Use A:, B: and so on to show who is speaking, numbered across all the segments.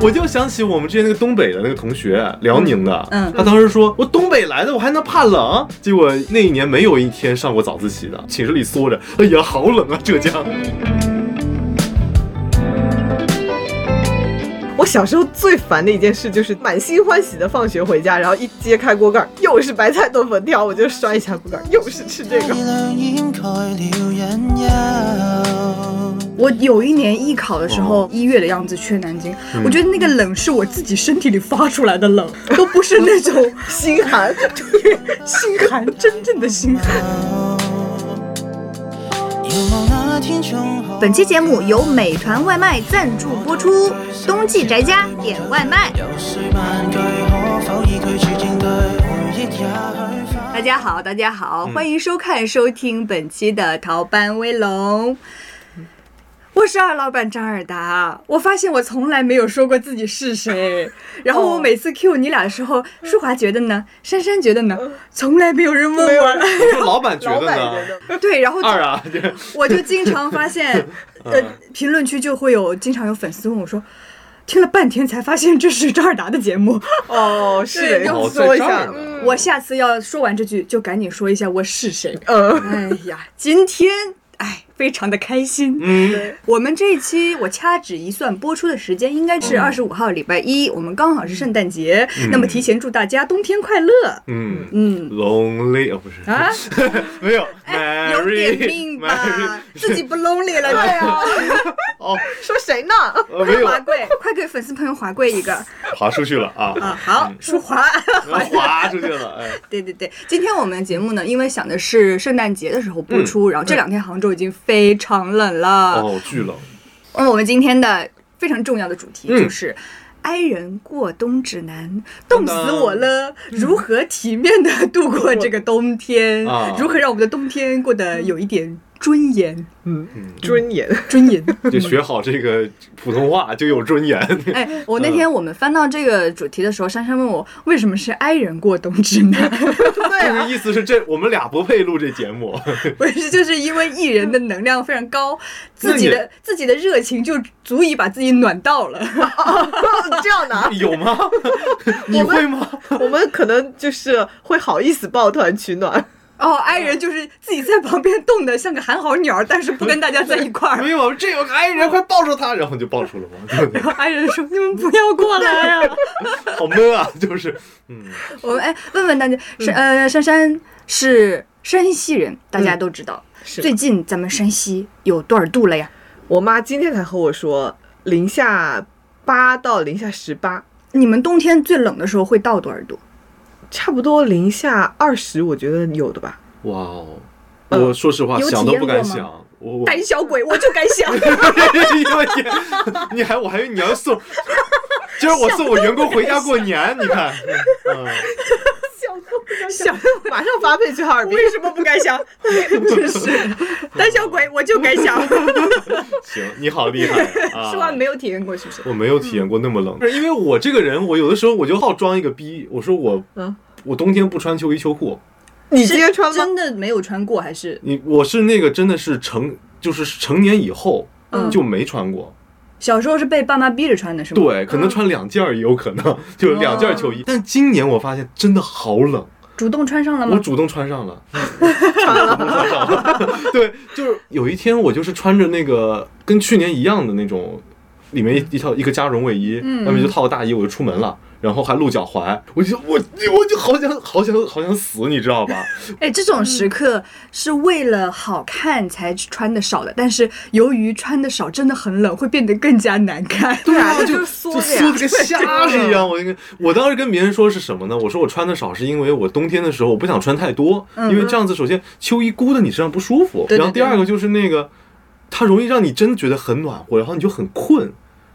A: 我就想起我们之前那个东北的那个同学，辽宁的，
B: 嗯嗯
A: 他当时说我东北来的，我还能怕冷？结果那一年没有一天上过早自习的，寝室里缩着，哎呀，好冷啊，浙江。
C: 我小时候最烦的一件事就是满心欢喜的放学回家，然后一揭开锅盖儿，又是白菜炖粉条，我就摔一下锅盖儿，又是吃这个。
D: 亮掩盖了隐忧。
B: 我有一年艺考的时候
A: 哦，
B: 一月的样子去南京，
C: 嗯
B: 我觉得那个冷是我自己身体里发出来的冷，都不是那种
C: 心寒，
B: 心寒，真正的心寒。
E: 本期节目由美团外卖赞助播出，冬季宅家点外卖。大家好，大家好，欢迎收看收听本期的《逃班威龙》。
B: 我是二老板张尔达，我发现我从来没有说过自己是谁，然后我每次 Q 你俩的时候，舒华觉得呢，珊珊觉得呢，从来没 有人问我。
A: 老板嗯觉
C: 老
A: 得
C: 板
A: 呢？
C: 觉得
B: 对，然后
A: 二啊，这个
B: 我就经常发现，呃，评论区就会有经常有粉丝问我说，听了半天才发现这是张尔达的节目，
C: 哦，是
B: 对
C: 得
B: 要
A: 哦，在
C: 说一
A: 这
C: 下
A: 儿，呢。
B: 我下次要说完这句就赶紧说一下我是谁。
C: 嗯，
B: 哎呀，今天哎，非常的开心。
A: 嗯，
B: 我们这一期我掐指一算，播出的时间应该
A: 嗯
B: 是二十五号礼拜一，我们刚好是圣诞节，那么提前祝大家冬天快乐。
A: 嗯
B: 嗯
A: ，lonely 哦不是，
B: 啊，
A: 没有
B: 哎，有点命
A: ，Mary，
B: 吧
A: Mary，，
B: 自己不 lonely 了。对啊呀、
A: 哦，
C: 说谁呢？
B: 嗯
A: 呃没有
B: 华贵，快给粉丝朋友华贵一个
A: 爬出去了
B: 啊！
A: 啊，
B: 好，舒华。
A: 滑出去了，哎，
B: 对对对，今天我们的节目呢，因为想的是圣诞节的时候播出，然后这两天杭州已经非常冷了。
A: 嗯哦，巨冷，
B: 那我们今天的非常重要的主题
A: 嗯
B: 就是。哀人过冬指南，冻死我了！
A: 嗯
B: 如何体面的度过这个冬天？
A: 啊
B: 如何让我们的冬天过得有一点 尊严？
C: 尊严，
B: 尊严。
A: 就学好这个普通话就有尊严。
B: 哎，我那天我们翻到这个主题的时候，珊珊问我为什么是哀人过冬指 南，啊
A: 就是意思是这我们俩不配录这节 目，
B: 不是就是因为艺人的能量非常 高，自己
A: 那
B: 的自己的热情就足以把自己暖到了。
C: 哦这样的 啊。
A: 有吗？你会吗？
C: 我们可能就是会好意思抱团取暖，
B: 哦，哀人就是自己在旁边冻得像个寒号鸟儿，但是不跟大家在一块儿
A: 没。有，这有个爱人，快抱住他，然后就抱住了吗？对不对
B: 然后爱人说：“你们不要过来呀、啊
A: 好闷啊，就是，！”
B: 我们哎，问问大家，是呃，珊珊是山西人，大家都知道。
C: 是
B: 最近咱们山西有多少度了呀？
C: 我妈今天才和我说，零下八到零下十八，
B: 你们冬天最冷的时候会到多少度？
C: 差不多零下二十，我觉得有的吧。
A: 哇哦！我说实话，
B: 呃有体
A: 想都不敢
B: 验过吗
A: 想。我我，
B: 胆小鬼，我就敢想。
A: 哎呦我天！你还我还以为你要送，今儿我送我员工回家过年，你看，嗯，
C: 想马上发配去哈尔滨，
B: 为什么不敢 想？真是胆小鬼，我就敢想。
A: 行，你好厉害啊！
B: 是吧？没有体验过，是不是？
A: 我没有体验过那么冷，不是因为我这个人，我有的时候我就好装一个逼，我说我
C: 嗯，
A: 我冬天不穿秋衣秋裤，
C: 你今天穿吗？
B: 真的没有穿过，还是
A: 你我是那个真的是成就是成年以后
B: 嗯
A: 就没穿过，
B: 小时候是被爸妈逼着穿的，是吗？
A: 对，可能穿两件儿也有可能， 就两件儿秋衣。但今年我发现真的好冷，
B: 主动穿上了
A: 我
B: 吗？
A: 主动穿上了，主动穿上了， 对，就是有一天我就是穿着那个跟去年一样的那种，里面一一套一个加绒卫衣，
B: 嗯
A: 外面就套个大衣，我就出门了。然后还露脚踝，我就我我就好想好想好想死，你知道吧？
B: 哎，这种时刻是为了好看才穿的少的，但是由于穿的少，真的很冷，会变得更加难看。
C: 对啊，
A: 就
C: 就是
A: 就
C: 缩着
A: 缩
C: 呀
A: 的。 跟虾
B: 啊
A: 子一样。我就跟我当时跟别人说是什么呢？我说我穿的少是因为我冬天的时候我不想穿太多，因为这样子首先秋衣箍在你身上不舒服，
B: 嗯对对
A: 然后第二个就是那个它容易让你真的觉得很暖和，然后你就很困，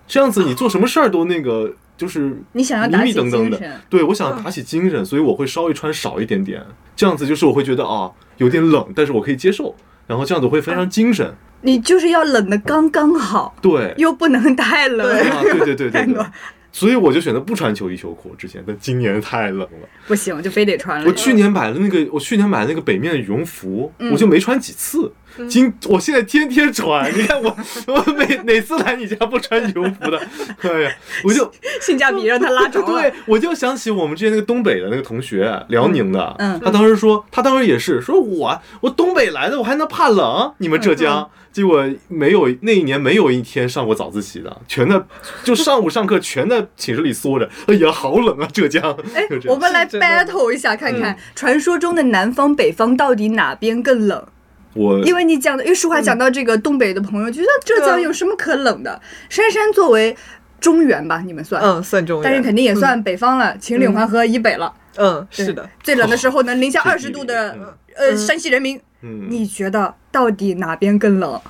A: 这样子你做什么事儿都那个就是
B: 你想要
A: 迷
B: 打
A: 迷
B: 起
A: 瞪瞪
B: 精
A: 的
B: 神。嗯
A: 对，我想打起精神，所以我会稍微穿少一点点，这样子就是我会觉得啊有点冷，但是我可以接受，然后这样子我
B: 嗯
A: 会非常精神。
B: 你就是要冷的刚刚好，
A: 对，
B: 又不能太冷。
A: 啊，对对对对
B: 太
A: 对
B: 暖。
A: 所以我就选择不穿秋衣秋裤。之前，但今年太冷了。
B: 不行，就非得穿了。
A: 我去年买的那个，我去年买的那个北面的羽绒服，
B: 嗯
A: 我就没穿几次。今我现在天天穿，你看我 我每哪次来你家不穿羽绒服的？哎呀，我就
B: 性价比让他拉着了
A: 对，我就想起我们之前那个东北的那个同学，辽宁的，
B: 嗯嗯
A: 他当时说，他当时也是说我我东北来的，我还能怕冷？你们浙
B: 嗯
A: 江，结果没有那一年没有一天上过早自习的，全在就上午上课全在寝室里缩着，哎呀，好冷啊，浙江，
B: 哎
A: 就这，样嗯
B: 我们来
C: 是真的
B: battle 一下，看看传说中的南方、北方到底哪边更冷？
A: 我
B: 因为你讲的，因为淑华讲到这个东北的朋友，觉得浙江有什么可冷的？珊珊作为中原吧，你们算，
C: 嗯，算中原，
B: 但是肯定也算北方了，秦岭淮河以北了。
C: 嗯，
B: 对
C: 是的，，
B: 最冷的时候能零下
A: 哦这
B: 二
A: 地
B: 十
A: 理
B: 度的，
C: 嗯
B: 呃，山西人民，
A: 嗯，
B: 你觉得到底哪边更冷？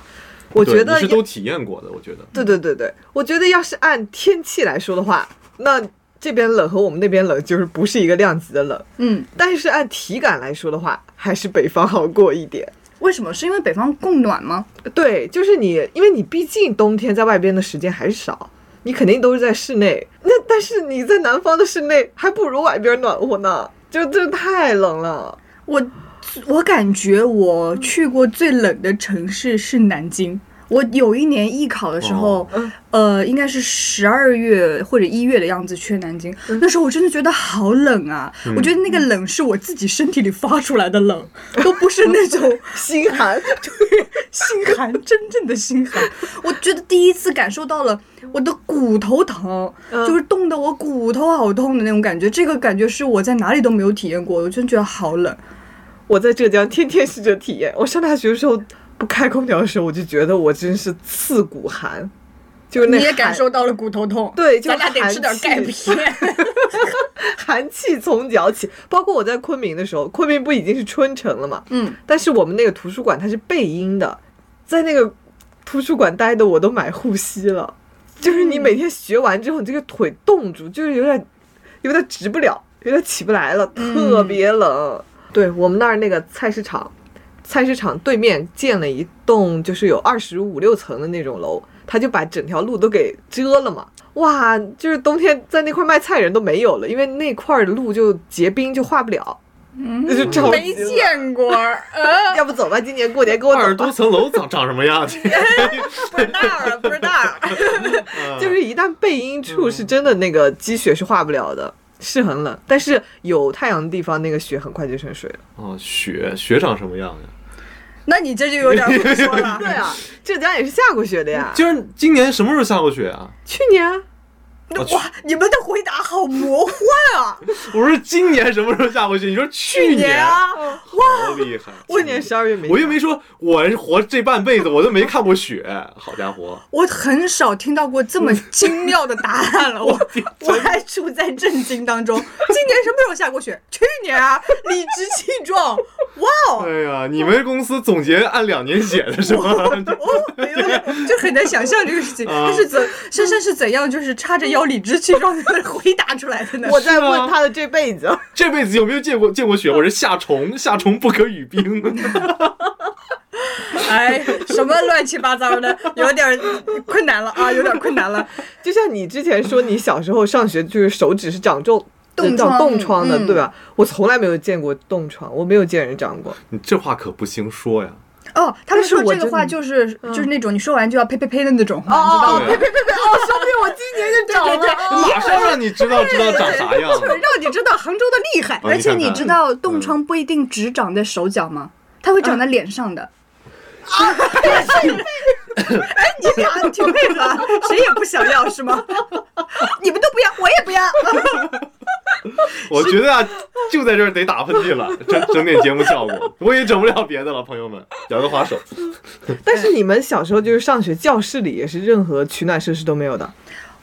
C: 我
A: 对
C: 觉得
A: 你是都体验过的，我觉得。
C: 对对对对，我觉得要是按天气来说的话，那这边冷和我们那边冷就是不是一个量级的冷，
B: 嗯，
C: 但是按体感来说的话，还是北方好过一点。
B: 为什么？是因为北方供暖吗？
C: 对，就是你，因为你毕竟冬天在外边的时间还是少，你肯定都是在室内。那但是你在南方的室内还不如外边暖和呢， 就这太冷了。
B: 我我感觉我去过最冷的城市是南京。我有一年艺考的时候，呃，应该是十二月或者一月的样子去南京。那时候我真的觉得好冷啊！我觉得那个冷是我自己身体里发出来的冷，都不是那种
C: 心寒，
B: 心寒，真正的心寒。我觉得第一次感受到了我的骨头疼，
C: 嗯
B: 就是冻得我骨头好痛的那种感觉。这个感觉是我在哪里都没有体验过，我真觉得好冷。
C: 我在浙江天天是这体验。我上大学的时候不开空调的时候，我就觉得我真是刺骨寒，就是那
B: 你也
C: 寒
B: 感受到了骨头痛，
C: 对就是
B: 咱俩得吃点钙片。
C: 寒气从脚起。包括我在昆明的时候，昆明不已经是春城了嘛？
B: 嗯，
C: 但是我们那个图书馆它是背阴的，在那个图书馆待的我都买护膝了，就是你每天学完之后，你这个腿冻住，就是有点有点直不了，有点起不来了，特别冷。嗯对我们那儿那个菜市场，菜市场对面建了一栋就是有二十五六层的那种楼，他就把整条路都给遮了嘛。哇，就是冬天在那块卖菜人都没有了，因为那块儿的路就结冰就化不了，那就着
B: 嗯没
C: 急了
B: 见过，呃，
C: 要不走吧，今年过年跟我
A: 二十
C: 走
A: 多
C: 吧。
A: 层楼长长什么 样？
B: 不知道啊，不知道啊。
A: 嗯
C: 就是一旦背阴处，是真的那个积雪是化不了的，是很冷。但是有太阳的地方，那个雪很快就成水了。
A: 啊，雪雪长什么样呀？
B: 那你这就有点不说了。
C: 对啊，浙江也是下过雪的
B: 啊
C: 呀。
A: 今儿今年什么时候下过雪啊？
C: 去年
A: 我去
B: 哇，你们的回答好魔幻啊！
A: 我说今年什么时候下过雪？你说去
B: 年啊，
A: 好厉害！
C: 去年十二月没，
A: 我又没说，我活这半辈子我都没看过雪， 好家伙！
B: 我很少听到过这么
C: 嗯
B: 精妙的答案 了，我我还处在震惊当中。今年什么时候下过雪？去年啊，理直气壮。哇哦！
A: 哎呀，你们公司总结按两年写的是 吗？
B: 哦，没有点就很难想象这个事情，
A: 啊
B: 他是怎珊珊是怎样就是叉着腰理直气壮的回答出来的呢？
C: 我在
A: 是啊
C: 问他的这辈子。
A: 这辈子有没有见过见过雪？我是夏 虫，夏虫不可语冰。
B: 哎，什么乱七八糟 的，有点困难了啊，有点困难了。
C: 就像你之前说，你小时候上学就是手指是长皱。呃
B: 冻
C: 长
B: 疮
C: 冻疮的，
B: 嗯
C: 对吧？我从来没有见过冻疮，我没有见人长过。
A: 你 这话可不兴说呀！
B: 哦，他们
C: 但是
B: 说
C: 我
B: 这个
C: 真
B: 话
C: 的
B: 就是就是那种你说完就要呸呸呸的那种话，你知道
C: 哦
B: 吗？
A: 对啊
C: 哦，说不定我今年就长了。
B: 哦
A: 马上让你知道知道长啥样
B: 就。 是让你知道杭州的厉害。
A: 哦
B: 而且
A: 你
B: 你
A: 看看
B: 知道冻疮不一定只长在手脚吗？它会长在脸上的。啊！哎，你俩挺配合啊，谁也不想要是吗？你们都不要，我也不要。
A: 我觉得啊，就在这儿得打喷嚏了，整整点节目效果，我也整不了别的了，朋友们，摇个花手。
C: 但是你们小时候就是上学，教室里也是任何取暖设施都没有的。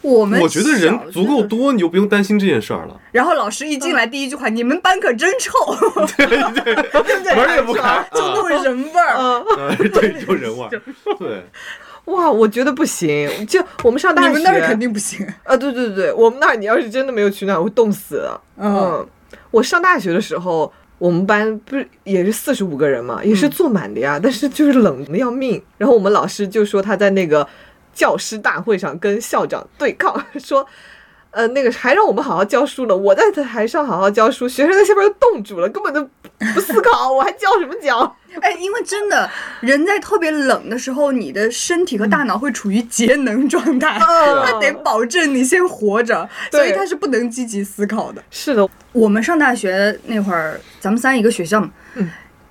B: 我们
A: 我觉得
B: 小嗯
A: 人足够。多，你就不用担心这件事儿了。
B: 然后老师一进来第一句话：“你们班可真臭，
A: 门儿也不开，啊
B: 就那种人味儿。
C: 嗯，
A: 啊对，有人味儿，对，
C: 哇，我觉得不行。就我们上”大
B: 你
C: 学，
B: 们那儿肯定不行。
C: 啊，对对对，我们那儿你要是真的没有取暖，我会冻死的。
B: 嗯，
C: 嗯，我上大学的时候，我们班不是也是四十五个人嘛，也是坐满的呀，但是就是冷的要命。然后我们 老师就说他在那个教师大会上跟校长对抗，说。呃，那个还让我们好好教书了。我在台上好好教书，学生在下边都冻住了，根本都不思考，我还教什么教？
B: 哎，因为真的，人在特别冷的时候，你的身体和大
C: 嗯
B: 脑会处于节能状态，
C: 啊
B: 它得保证你先活着，
C: 对
B: 所以它是不能积极思考的。
C: 是的，
B: 我们上大学那会儿，咱们三一个学校嘛，
C: 嗯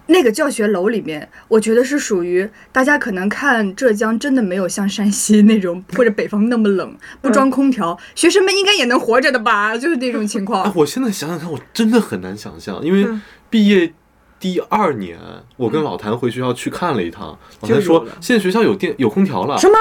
B: 那个教学楼里面，我觉得是属于大家可能看浙江真的没有像山西那种或者北方那么冷，
C: 嗯
B: 不装空调，学生们应该也能活着的吧，就是那种情
A: 哎
B: 况，。
A: 我现在想想看，我真的很难想象，因为毕业第二年，我跟老谭回学校去看了一趟，老谭
C: 就
A: 说
C: 有了
A: 现在学校有电有空调了
C: 什，么？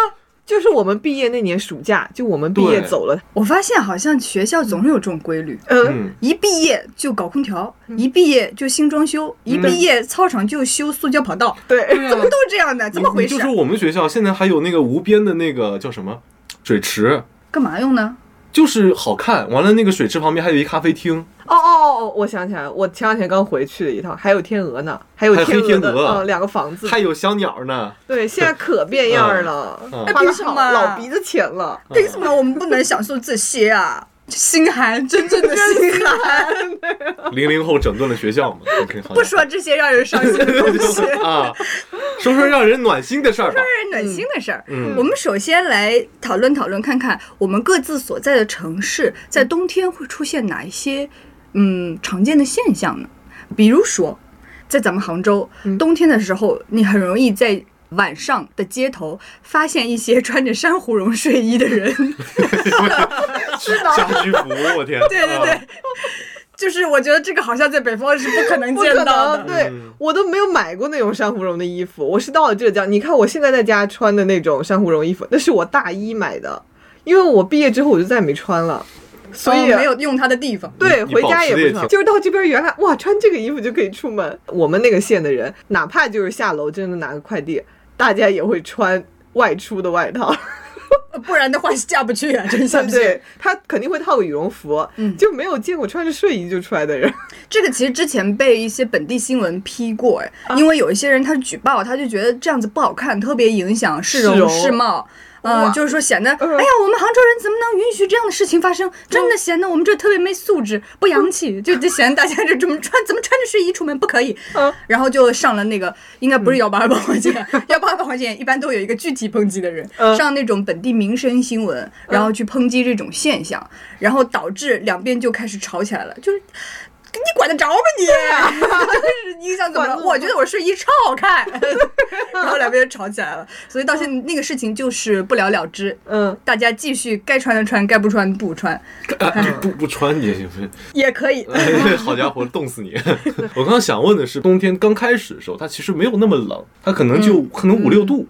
C: 就是我们毕业那年暑假，就我们毕业
A: 对
C: 走了，
B: 我发现好像学校总有这种规律，
C: 嗯，
A: 嗯，
B: 一毕业就搞空调，一毕业就新装修，
A: 嗯
B: 一毕业操场就修塑胶跑道，
C: 对，啊
B: 怎么都这样的？怎么
A: 你嗯
B: 回
A: 你
B: 事
A: 就？说我们学校现在还有那个无边的那个叫什么水池，
B: 干嘛用呢？
A: 就是好看。完了，那个水池旁边还有一咖啡厅，
C: 哦哦哦，我想起来了，我前两天刚回去了一趟，还有天鹅呢，还有
A: 还有
C: 天
A: 黑天
C: 鹅的，
A: 鹅啊
C: 嗯，两个房子，
A: 还有小鸟呢。
C: 对，现在可变样了，
A: 嗯嗯
C: 花
B: 哎
C: 了
B: 凭什
C: 好
B: 么
C: 老鼻子钱了。
B: 凭什么我们不能享受这些啊？ 心寒，真正的心寒。
A: 零零后整顿了学校嘛，你可以好
B: 不说这些让人伤心的东西，让
A: 啊，说说让人暖心的事儿吧。
B: 人暖心的事儿。
A: 嗯
B: 我们首先来讨论讨论，看看我们各自所在的城市在
C: 嗯
B: 冬天会出现哪一些嗯常见的现象呢？比如说，在咱们杭州，
C: 嗯
B: 冬天的时候，你很容易在晚上的街头发现一些穿着珊瑚绒睡衣的人。
A: 家居服，我天，
B: 对对
C: 哦
A: 啊
B: 对， 就是我觉得这个好像在北方是不可能
C: 不
B: 见
C: 可
B: 到
C: 能，
B: 的。
C: 对
A: 嗯
C: 我都没有买过那种珊瑚绒的衣服，我是到了浙江，你看我现在在家穿的那种珊瑚绒衣服，那是我大一买的，因为我毕业之后我就再也没穿了，所以、
B: 哦没有用它的地方。
C: 对，
A: 你
C: 回家
A: 保持得也
C: 不穿，
A: 挺
C: 就是到这边原来哇，穿这个衣服就可以出门。我们那个县的人，哪怕就是下楼真的拿个快递，大家也会穿外出的 外套。
B: 不然的话是下不去啊，真下
C: 对
B: 不去。
C: 对，他肯定会套个羽绒服，
B: 嗯
C: 就没有见过穿着睡衣就出来的人。
B: 这个其实之前被一些本地新闻批过，哎、
C: 啊
B: 因为有一些人他举报，他就觉得这样子不好看，特别影响市
C: 市
B: 容
C: 容
B: 市貌。嗯，
C: 哇
B: 就是说显得，哎呀，
C: 嗯
B: 我们杭州人怎么能允许这样的事情发生？真
C: 呃
B: 的显得我们这特别没素质，不洋气，就就显得大家这怎么穿怎么穿着睡衣出门不可以。
C: 嗯
B: 然后就上了那个，应该不是幺八二八 黄线，幺八二八黄线一般都有一个具体抨击的人，
C: 嗯
B: 上那种本地民生新闻，然
C: 呃
B: 后去抨击这种现象，然后导致两边就开始吵起来了，就是。你管得着吗你？就是你想怎么着？
C: 管得着
B: 我觉得我睡衣超好 看，然后两边就吵起来了，所以到现在那个事情就是不了了之。
C: 嗯，
B: 大家继续该穿的穿，该不穿不穿
A: 啊不不穿也行。
B: 也可以。
A: 哎好家伙，冻死你！ 我刚刚想问的是，冬天刚开始的时候，它其实没有那么冷，它可能
B: 嗯
A: 就可能五六度，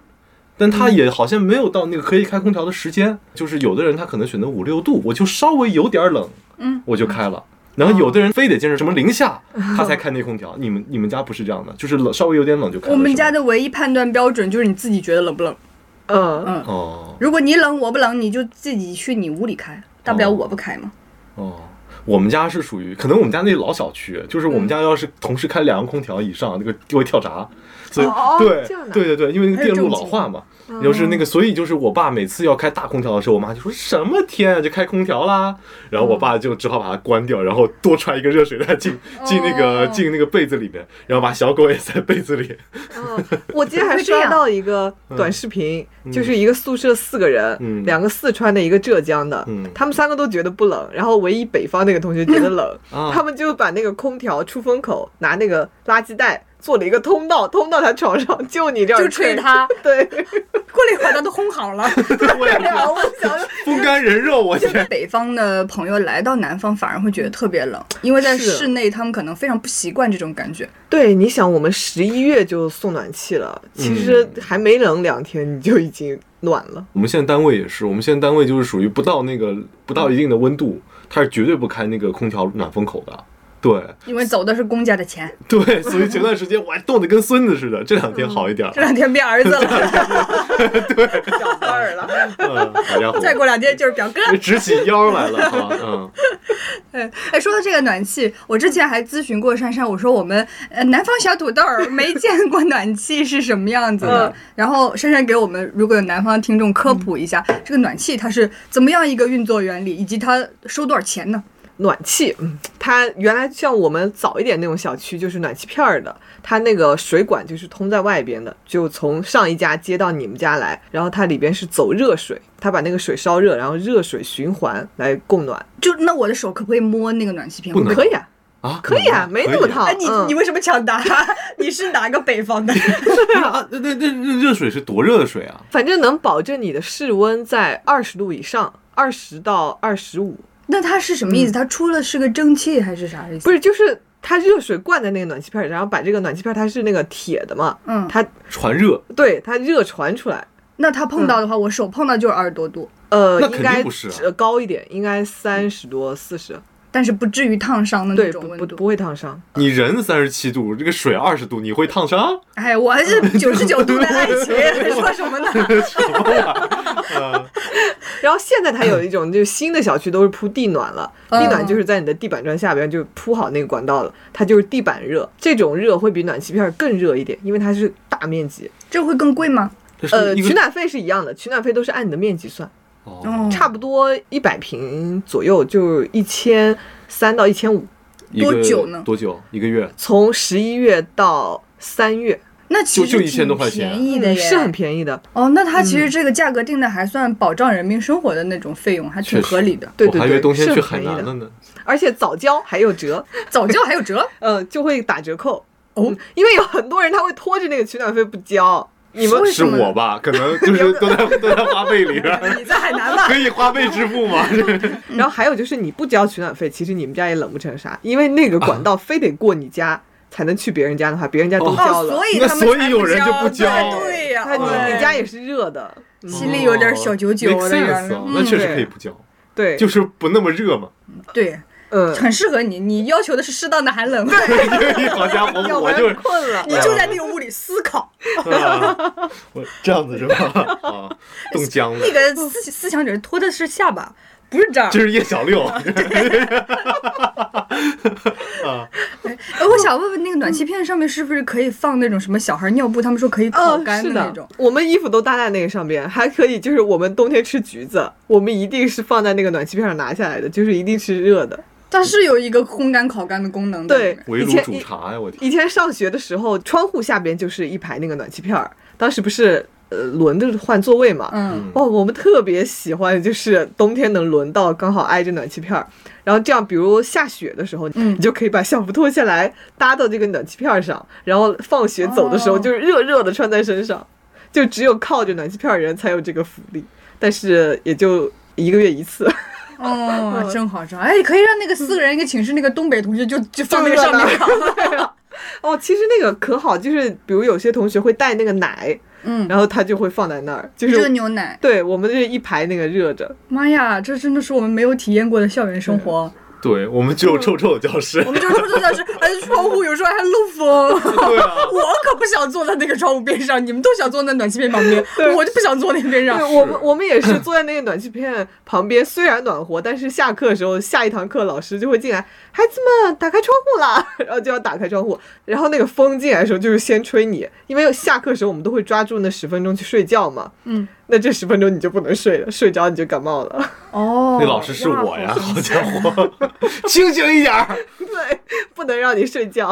A: 但它也好像没有到那个可以开空调的时间。就是有的人他可能选择五六度，我就稍微有点冷，
B: 嗯，哦
A: 我就开了。然后有的人非得坚持什么零下，他 才开那空调。你们你们家不是这样的，就是冷稍微有点冷就开了。
B: 我们家
A: 是吗
B: 的唯一判断标准就是你自己觉得冷不冷。
C: 嗯，
B: 嗯
A: 哦
B: 如果你冷我不冷，你就自己去你屋里开，大不了我不开嘛。
A: 哦，我们家是属于可能我们家那老小区，就是
C: 嗯
A: 我们家要是同时开两个空调以上，那个就会跳闸。所以、
C: 哦
A: 对
C: 这样的哦
A: 对对对，因为那个电路
B: 还有这种
A: 老化嘛，就是那个，所以就是我爸每次要开大空调的时候，我妈就说什么天啊，就开空调啦。然后我爸就只好把它关掉，然后多穿一个热水袋进进那个、
B: 哦
A: 进那个被子里面，然后把小狗也塞被子里。
C: 嗯，我今天还刷到一个短视频，就是一个宿舍四个人，
A: 嗯
C: 两个四川的，一个浙江的，
A: 嗯
C: 他们三个都觉得不冷，然后唯一北方那个同学觉得冷，
A: 啊
C: 他们就把那个空调出风口拿那个垃圾袋做了一个通道， 通到他床上，就你这样
B: 就吹 他，
C: 对，
B: 过了一会儿，它都烘好了。
A: 我也
B: 然后啊我想说，
A: 风干人肉，我
B: 就是
A: 天！
B: 北方的朋友来到南方，反而会觉得特别冷，因为在
C: 是
B: 室内他们可能非常不习惯这种感觉。
C: 对，你想我们十一月就送暖气了，其
A: 嗯
C: 实还没冷两天你就已经暖了，
A: 我们现在单位也是，我们现在单位就是属于不到那个不到一定的温度，它是绝对不开那个空调暖风口的。对
B: 因为走的是公家的钱。
A: 对，所以前段时间我还冻得跟孙子似的，这两天好一
C: 嗯
A: 点
B: 这
A: 了。
B: 两天变儿 子了，
C: 长辈儿了，
A: 嗯，好家伙，
B: 再过两天就是表哥。
A: 直起腰来了啊！ 嗯，
B: 哎，哎说到这个暖气，我之前还咨询过珊珊，我说我们呃南方小土豆儿没见过暖气是什么样子的
C: 嗯，
B: 然后珊珊给我们如果有南方听众科普一下，这个暖气它是怎么样一个运作原理，以及它收多少钱呢？
C: 暖气，嗯，它原来像我们早一点那种小区就是暖气片儿的，它那个水管就是通在外边的，就从上一家接到你们家来，然后它里边是走热水，它把那个水烧热，然后热水循环来供暖，
B: 就那我的手可不可以摸那个暖气片？
A: 不能
C: 可以啊，
A: 啊，
C: 可以啊，没那么烫。
B: 哎，你
C: 嗯
B: 你为什么抢答？ 你是哪个北方的？
A: 啊！那那那热水是多热的水啊？
C: 反正能保证你的室温在二十度以上，二十到二十五，
B: 那它是什么意思？它出了是个蒸汽还嗯是啥意思？
C: 不是，就是它热水灌在那个暖气片儿，然后把这个暖气片儿它是那个铁的嘛，
B: 嗯
C: 它
A: 传热，
C: 对它热传出来，
B: 那它碰到的话，我手碰到就是二十多度，
C: 呃，
A: 那肯定
C: 应该
A: 不是啊
C: 呃高一点，应该三十多四十，
B: 但是不至于烫伤的那
C: 对，
B: 种
C: 不
B: 温
C: 不
B: 度。
C: 不会烫伤。
A: 你人三十七度，这个水二十度，你会烫伤？
B: 哎，我还是
A: 嗯
B: 九十九度的 爱情，说什么呢？
C: 然后现在它有一种，就是新的小区都是铺地暖了，
B: 嗯
C: 地暖就是在你的地板砖下边就铺好那个管道了，它就是地板热，这种热会比暖气片儿更热一点，因为它是大面积。
B: 这会更贵吗？
A: 这是
C: 呃，
A: 一
C: 取
A: 个
C: 暖费是一样的，取暖费都是按你的面积算，
A: 哦，
C: 差不多一百平左右，就是一千三到一千五，
A: 一个
B: 多久呢
A: 多久？一个月？
C: 从十一月到三月，嗯
B: 那其实
A: 就就1000多块
B: 挺
A: 钱嗯
B: 便宜的耶，
C: 是很便宜的。
B: 哦。那它其实这个价格定的还算保障人民生活的那种费用，还挺
A: 确实
B: 合理的。
C: 对
A: 我
C: 对
A: 还以为
C: 对，
A: 冬天
C: 是
A: 去海
C: 很便宜
A: 南了
C: 的，
A: 呢。
C: 而且早交还有折，
B: 早教还有折，
C: 呃，就会打折扣哦、因为有很多人他会拖着那个取暖费不交，你们
B: 为
A: 是
B: 什么呢
A: 我吧？可能就是都在都在花呗里 边，
B: 你在海 南吧？
A: 可以花呗支付吗？
C: 然
B: 嗯
C: 后还有就是你不交取暖费，其实你们家也冷不成啥，因为那个管道非得过你家才能去别人家的话，别人家都交
B: 哦，
C: 了，
B: 所以啊
A: 那
B: 他们
A: 所以
B: 才
A: 有人就不
B: 交
A: 交
B: 对对呀、
C: 他
A: 哎
C: 你
B: 对
C: 你家也是热的，嗯
B: 心里有点小九九
A: Make
B: 的原
A: sense
B: 来
A: 啊那确实
C: 嗯
A: 可以不交，
C: 对，
A: 就是不那么热嘛。
B: 对，
C: 嗯，
B: 很适合你。你要求的是适当的寒冷，
A: 好家伙，
C: 要不
A: 我就
C: 然困 了哦
B: 你。就在那个屋里思考，
A: 啊， 我这样子是吧？啊，冻僵了
B: 那。个思思想者拖的是下巴，不是这儿
A: 这。是叶小六，
B: 哎，我想问问那个暖气片上面是不是可以放那种什么小孩尿布？他们说可以烤
C: 嗯，
B: 干
C: 是
B: 那
C: 的，
B: 种。
C: 我们衣服都搭在那个上边，还可以就是我们冬天吃橘子，我们一定是放在那个暖气片上拿下来的，就是一定是热的。
B: 它是有一个烘干烤干的功能的。
C: 对，
A: 围
C: 以
A: 炉
C: 前
A: 煮茶呀，我天！
C: 以前上学的时候，窗户下边就是一排那个暖气片儿，当时不是呃轮着换座位嘛，
B: 嗯，
C: 哦，我们特别喜欢就是冬天能轮到刚好挨着暖气片儿，然后这样比如下雪的时候，
B: 嗯
C: 你就可以把校服脱下来搭到这个暖气片儿上，然后放学走的时候
B: 哦
C: 就是热热的穿在身上，就只有靠着暖气片儿的人才有这个福利，但是也就一个月一次。
B: 哦，真好真好。哎，可以让那个四个人一个寝室那个东北同学就就放那个上面烤。
C: 哦，其实那个可好，就是比如有些同学会带那个奶，
B: 嗯，
C: 然后他就会放在那儿，就是
B: 热牛奶。
C: 对我们这一排那个热着，
B: 妈呀，这真的是我们没有体验过的校园生活。
A: 对我们只有臭臭的教室
B: 我，们就是坐在是，而且窗户有时候还漏风。
A: 对啊，
B: 我可不想坐在那个窗户边上，你们都想坐在暖气片旁边，我就不想坐那边上
C: 对，。我们我们也是坐在那个暖气片旁边，虽然暖和，但是下课的时候，下一堂课老师就会进来，孩子们打开窗户啦， 然后就要打开窗户，然后那个风进来的时候就是先吹你，因为下课的时候我们都会抓住那十分钟去睡觉嘛，
B: 嗯，
C: 那这十分钟你就不能睡了，睡着你就感冒了，
B: 哦，
A: 那老师是
B: 哇
A: 我呀，好家伙，清醒一点儿。
C: 对，不能让你睡觉，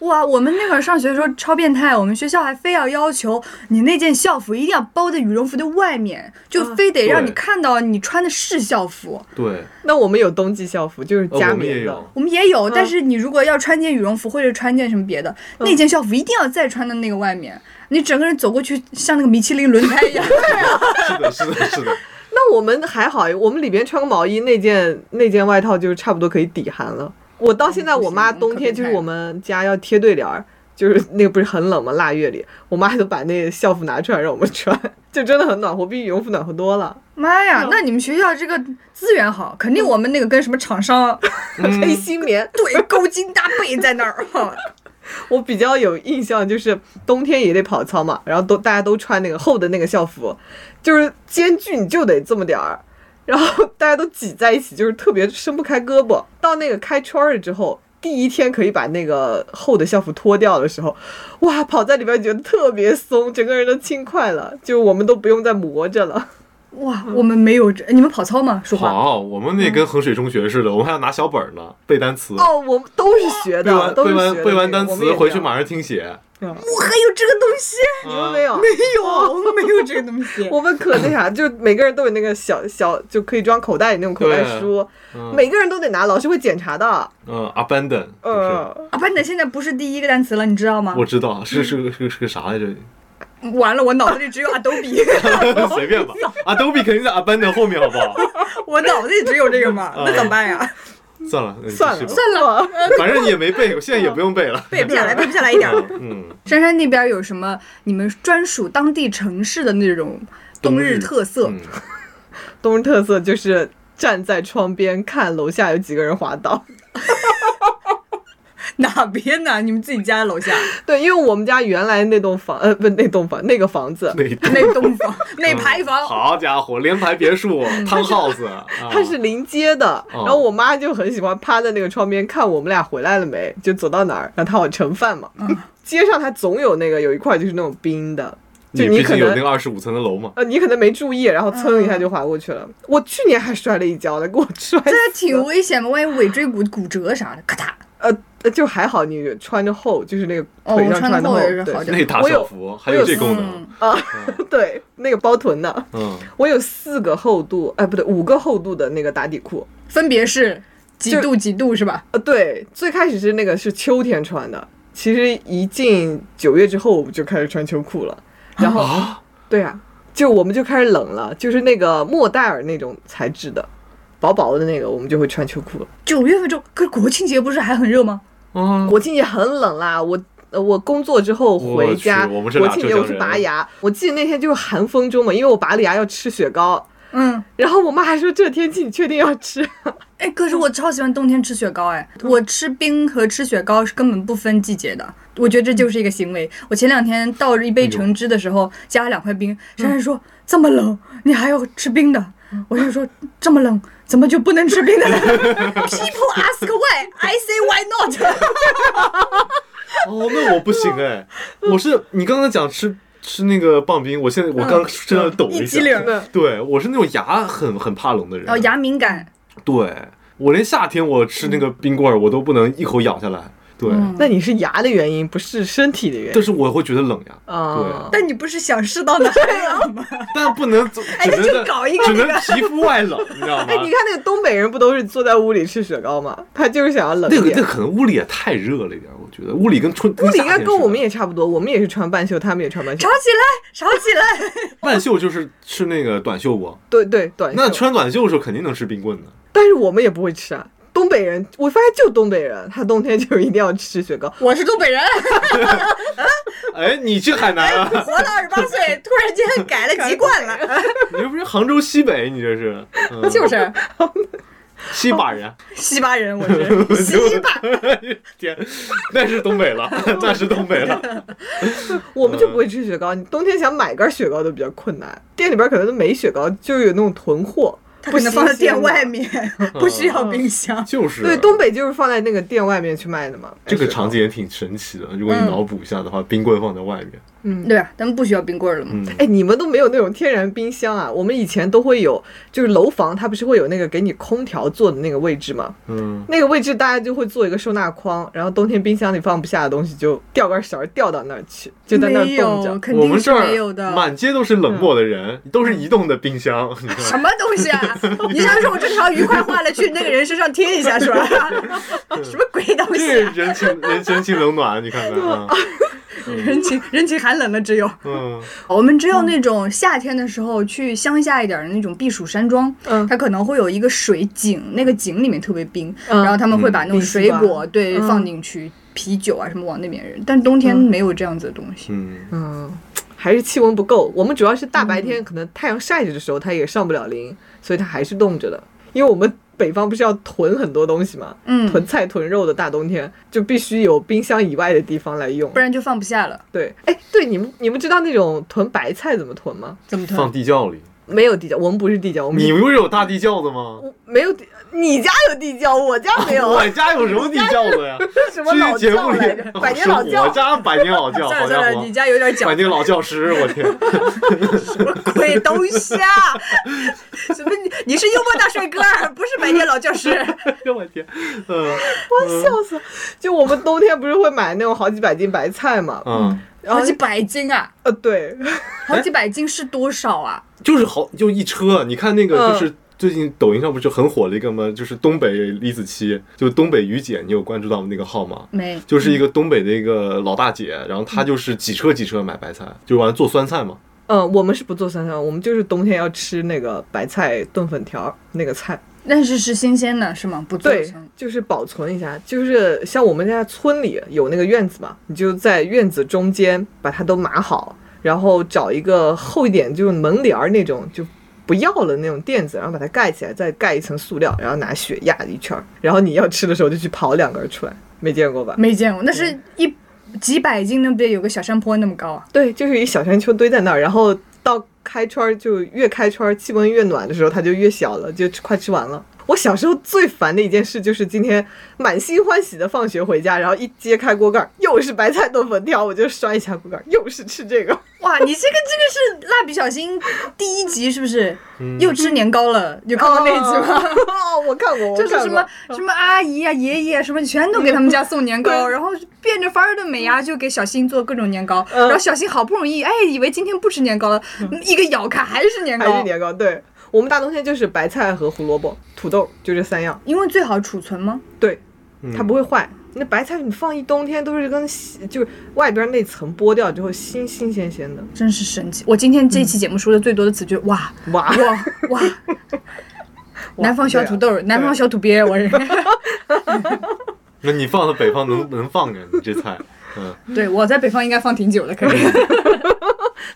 B: 哇，我们那会儿上学的时候超变态，我们学校还非要要求你那件校服一定要包在羽绒服的外面，就非得让你
A: 对
B: 看到你穿的是校服。
A: 对，
C: 那我们有冬季校服，就是
A: 呃
C: 加
A: 我们也
C: 棉的
A: 有，，
B: 我们也有，但是你如果要穿件羽绒服或者穿件什么别的，那件校服一定要再穿到那个外面，你整个人走过去像那个米其林轮胎一样。
A: 是的，是的，是的，
C: 那我们还好，我们里边穿个毛衣，那件那件外套就差不多可以抵寒了。我到现在，
B: 嗯不
C: 我妈
B: 行
C: 冬天
B: 可变态
C: 就是我们家要贴对联儿，就是那个不是很冷吗？腊月里，我妈都把那校服拿出来让我们穿，就真的很暖和，比羽绒服暖和多了。
B: 妈呀，那你们学校这个资源好，肯定我们那个跟什么厂商
A: 嗯
C: 黑心棉。
B: 对勾筋搭背在那儿。哈
C: 我比较有印象，就是冬天也得跑操嘛，然后都大家都穿那个厚的那个校服，就是间距你就得这么点儿，然后大家都挤在一起，就是特别伸不开胳膊。到那个开圈儿了之后，第一天可以把那个厚的校服脱掉的时候，哇，跑在里边觉得特别松，整个人都轻快了，就我们都不用再磨着了。
B: 哇，我们没有这，你们跑操吗？说话。
A: 好，我们那跟衡水中学似的，我们还要拿小本儿呢，背单词，
C: 哦， 我们都是学
A: 背
C: 的，
A: 完
C: 都是
A: 背
C: 学的
A: 完
C: 这个。
A: 背完单
C: 我们也
A: 词回去
C: 这样。
A: 马上听写。
B: 我
C: 嗯
B: 还有这个东西？
A: 你
C: 你们 没有？
B: 没有，我没有这个东西。
C: 我们可 那啥，就是每个人都有那个小小，就可以装口袋里那种口袋
A: 对
C: 书，
A: 嗯
C: 每个人都得拿，老师会检查的。
A: 嗯，abandon，就是
C: 呃，
B: 阿班的现在啊不是第一个单词了，你知道吗
A: 我？知道是是是是个啥来着，
B: 完了，我脑子里只有 Adobe，
A: 随 便吧。Adobe 肯定在 abandon 后面，好不好？
B: 我脑子里只有这个
A: 嗯
B: 嘛，那怎么办 呀？
A: 算了，那你
C: 算
A: 继
C: 了
A: 续吧，
C: 算 了，
A: 反正你也没背，我现在也不用背了。
B: 背不下来，背不下来一点儿。
A: 嗯，
B: 珊珊那边有什么你们专属当地城市的那种冬日特色？
A: 嗯
C: 冬日特色就是站在窗边看楼下有几个人滑倒。
B: 哪边呢？你们自己家楼下
C: 对，因为我们家原来那栋房，呃，不，那栋房那个房子，
A: 那 一栋
B: 那栋 房、那排房，
A: 嗯好家伙，联排别墅、汤 house，啊
C: 嗯 它是临街的，
A: 哦
C: 然后我妈就很喜欢趴在那个窗边看我们俩回来了没，就走到哪儿，然后她好盛饭嘛。街上它总有那个有一块就是那种冰的，就
A: 你毕
C: 可
A: 竟有
C: 能
A: 那个二十五层的楼嘛。
C: 呃，你可能没注意，然后蹭一下就滑过去了。我去年还摔了一跤呢，给我摔死
B: 嗯这挺危险的，万一尾椎骨骨折啥的，咔嗒。
C: 呃，呃就还好你穿着厚，就是那个
B: 哦
C: 腿
B: 我
C: 上
B: 穿得
C: 的
B: 厚
C: 厚，
B: 也是
C: 对
B: 好点
A: 内搭
C: 我有嗯
A: 校服还有这功能，
C: 对，那个包臀的，
A: 嗯，
C: 我有四个厚度，哎，不对，五个厚度的那个打底裤。
B: 分别是几度几度是吧？
C: 呃，对，最开始是那个是秋天穿的，其实一进九月之后，我们就开始穿秋 裤了。然后，
A: 啊
C: 对啊，就我们就开始冷了，就是那个莫代尔那种材质的，薄薄的那个，我们就会穿秋裤了。
B: 九月份就，可是国庆节不是还很热吗？
A: 啊，
C: 国庆节很冷啦，我。呃，我工作之后回家，
A: 我去我们这
C: 国
A: 俩
C: 庆
A: 浙
C: 节
A: 江
C: 我去
A: 人
C: 拔牙，我记得那天就是寒风中嘛，因为我拔了牙要吃雪糕，
B: 嗯，
C: 然后我妈还说这天气你确定要吃？
B: 哎，可是我超喜欢冬天吃雪糕，哎，我吃冰和吃雪糕是根本不分季节的，我觉得这就是一个行为。我前两天倒着一杯橙汁的时候，加了两块冰，珊珊说、这么冷，你还要吃冰的？我就说这么冷，怎么就不能吃冰 的呢？People ask why, I say why not 。
A: 哦，那我不行哎，我是你刚刚讲吃吃那个棒冰，我现在我刚刚身上抖了
B: 一
A: 下
B: 激，灵，
A: 对我是那种牙很很怕冷的人，
B: 然后牙敏感，
A: 对我连夏天我吃那个冰棍儿我都不能一口咬下来，对，
C: 那你是牙的原因，不是身体的原因
A: 但是我会觉得冷呀，
C: 啊？
B: 但你不是想适当的寒 冷吗？
A: 但不能只只能
B: 那就
A: 在
B: 搞一个
A: 只
B: 那
A: 能
B: 个
A: 皮肤外冷，你知道吗
C: 哎，？你看那个东北人不都是坐在屋里吃雪糕吗？他就是想要冷
A: 那
C: 一
A: 个那
C: 点。
A: 可能屋里也太热了一点，我觉得屋里跟春
C: 屋里应该
A: 夏天似
C: 跟
A: 的
C: 我们也差不多，我们也是穿半袖，他们也穿半
B: 吵。
C: 袖
B: 起来，吵起来！
A: 半袖就是吃那个短袖不？
C: 对对，短袖。
A: 那穿短袖的时候肯定能吃冰棍的。
C: 但是我们也不会吃啊。东北人，我发现就东北人，他冬天就一定要吃雪糕。
B: 我是东北人，
A: 哎，你去海南啊？
B: 活到二十八岁，突然间 改了籍贯了，
A: 你这不是杭州西北？你这是？嗯、
B: 就是
A: 西坝人。
B: 西巴人，我 是西巴。
A: 天，那是东北了，那是东北 了。
C: 我
A: 嗯
C: 们就不会吃雪糕，你冬天想买根雪糕都比较困难，店里边可能都没雪糕，就有那种囤货，不
B: 不能放在店外
C: 面。
B: 面，
A: 嗯
B: 不需要冰箱。
A: 就是。
C: 对，东北就是放在那个店外面去卖的嘛。哎
A: 这个
C: 雪糕
A: 场景也挺神奇的，如果你
B: 嗯
A: 脑补一下的话，冰棍放在外面，
B: 对啊，咱们不需要冰棍了嘛。
A: 嗯，
C: 哎，你们都没有那种天然冰箱啊？我们以前都会有，就是楼房它不是会有那个给你空调坐的那个位置吗？
A: 嗯，
C: 那个位置大家就会做一个收纳筐，然后冬天冰箱里放不下的东西就吊根绳儿吊到那儿去，就在那儿
B: 没
C: 冻
B: 有，
C: 着。
B: 嗯肯
A: 我
B: 定
A: 们
B: 是
A: 这
B: 没有
A: 儿
B: 的。嗯
A: 满街都是冷漠的人，都是移动的冰箱，你知道
B: 什么东西啊？你要是我这条鱼快化了，去那个人身上贴一下是吧？ 什么鬼东西
A: 这
B: 啊？
A: 人情人人情冷暖，你看看啊，
B: 人情人情寒冷了，只有
A: 嗯，
B: 我们只有那种夏天的时候去乡下一点的那种避暑山庄，
C: 嗯
B: 它可能会有一个水井，那个井里面特别冰，
C: 嗯
B: 然后他们会把那种
C: 嗯
B: 水
C: 必须
B: 果对
C: 嗯
B: 放进去，啤酒啊什么往那边扔，但冬天没有这样子的东西。
A: 嗯，
C: 嗯，还是气温不够。我们主要是大白天，可能太阳晒着的时候，它也上不了林，所以它还是冻着的。因为我们北方不是要囤很多东西嘛，
B: 嗯
C: 囤菜囤肉的，大冬天就必须有冰箱以外的地方来用
B: 不。然就放不下了。
C: 对，哎，对，你们你们知道那种囤白菜怎么囤吗？
B: 怎么
A: 放
B: 囤？
A: 地窖里。
C: 没有地窖，我们不是地窖，我们
A: 你不是有大地窖子吗？
C: 我没有地，你家有地窖，我家没有，
A: 我家有什么地窖子 呀？
C: 什么
A: 这
C: 老
A: 节
C: 窖
A: 目里
C: 来着， 百年 老
A: 是我
C: 窖。
A: 家百年 老窖，
B: 算
A: 好
B: 了算
A: 家
B: 了，你
A: 伙，
B: 家有点
A: 百
B: 讲
A: 年老窖师，我天，
B: 鬼东西啊！什么你？你是幽默大帅哥儿，不是白天老教师。
A: 我天，呃，
C: 笑死了！就我们冬天不是会买那种好几百斤白菜嘛？
A: 嗯，
C: 然
B: 好
C: 后
B: 几百斤啊！
C: 呃，对，
B: 好几百斤是多少啊？
A: 就是好，就一车。啊你看那个，
C: 嗯
A: 就是最近抖音上不是很火了一个吗？就是东北李子柒，就东北于姐，你有关注到那个号吗？
B: 没，
A: 就是一个东北的一个老大姐，然后她就是几车几车买白菜，就完了做酸菜嘛。
C: 嗯，我们是不做酸菜，我们就是冬天要吃那个白菜炖粉条儿那个菜。
B: 但是是新鲜的，是吗？不做
C: 对
B: 成，
C: 就是保存一下，就是像我们家村里有那个院子嘛，你就在院子中间把它都码好，然后找一个厚一点，就是门帘儿那种，就不要了那种垫子，然后把它盖起来，再盖一层塑料，然后拿雪压一圈儿，然后你要吃的时候就去刨两根儿出来，没见过吧？
B: 没见过，那是一几百斤，那不得有个小山坡那么高啊？
C: 对，就是一小山丘堆在那儿，然后到开春儿就越开春儿气温越暖的时候，它就越小了，就吃快吃完了。我小时候最烦的一件事就是今天满心欢喜的放学回家，然后一揭开锅盖儿，又是白菜炖粉条，我就摔一下锅盖儿，又是吃 这个。哦
B: 哇，你这个这个是蜡笔小新第一集是不是？
C: 嗯
B: 又吃年糕了，有看过那一集吗？
C: 哦，我看过，我
B: 就是
C: 看
B: 什么
C: 过嗯
B: 什么阿姨啊、爷爷啊什么，全都给他们家送年糕，然后变着法儿的美呀、就给小新做各种年糕，
C: 嗯
B: 然后小新好不容易哎，以为今天不吃年糕了，嗯一个咬开还是年
C: 还
B: 糕
C: 是，年糕？对我们大冬天就是白菜和胡萝卜、土豆，就这三样。
B: 因为最好储存吗？
C: 对，
A: 嗯
C: 它不会坏。那白菜你放一冬天都是跟就是外边那层剥掉之后新新鲜鲜的，
B: 真是神奇！我今天
C: 嗯
B: 这一期节目说的最多的词句，哇
C: 哇！
B: 哇哇！南方小土豆儿，南方小土鳖，我是
A: 那你放到北方能能放着你这菜，嗯，
B: 对我在北方应该放挺久了，可以。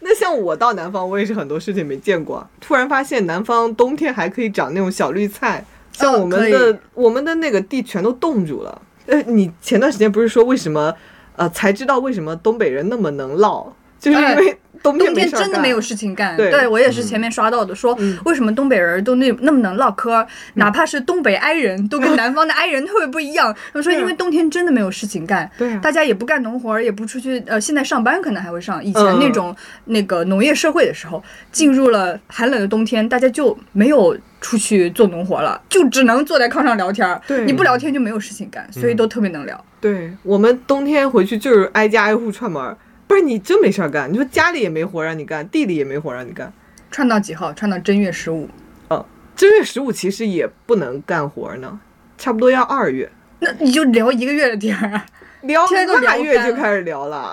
C: 那像我到南方，我也是很多事情没见过啊。突然发现南方冬天还可以长那种小绿菜，像我们
B: 哦可
C: 的、
B: 以
C: 我们的那个地全都冻住了。呃，你前段时间不是说为什么呃才知道为什么东北人那么能唠，就是因为冬
B: 哎冬
C: 没
B: 天
C: 事儿
B: 真的
C: 干
B: 没有事情干，
C: 对嗯
B: 我也是前面刷到的，说为什么东北人都那那么能唠
C: 嗯
B: 嗑，哪怕是东北 i 人都 跟南方的 i 人特别不一样。他们说
C: 对啊
B: 因为冬天真的没有事情干，
C: 对啊
B: 大家也不干农活儿，也不出去，呃，现在上班可能还会上，以前
C: 嗯
B: 那种那个农业社会的时候，进入了寒冷的冬天，大家就没有。出去做农活了，就只能坐在炕上聊天儿。
C: 对嗯
B: 你不聊天就没有事情干，所以都特别能聊。
C: 对我们冬天回去就是挨家挨户串门儿，不是你真没事儿干。你说家里也没活让你干，地里也没活让你干。
B: 串到几号？串到正月十五。
C: 嗯，正月十五其实也不能干活儿呢，差不多要二月。
B: 那你就聊一个月的天儿啊！
C: 聊
B: 现在都
C: 腊
B: 聊
C: 月
B: 干
C: 就
B: 了
C: 开始聊了，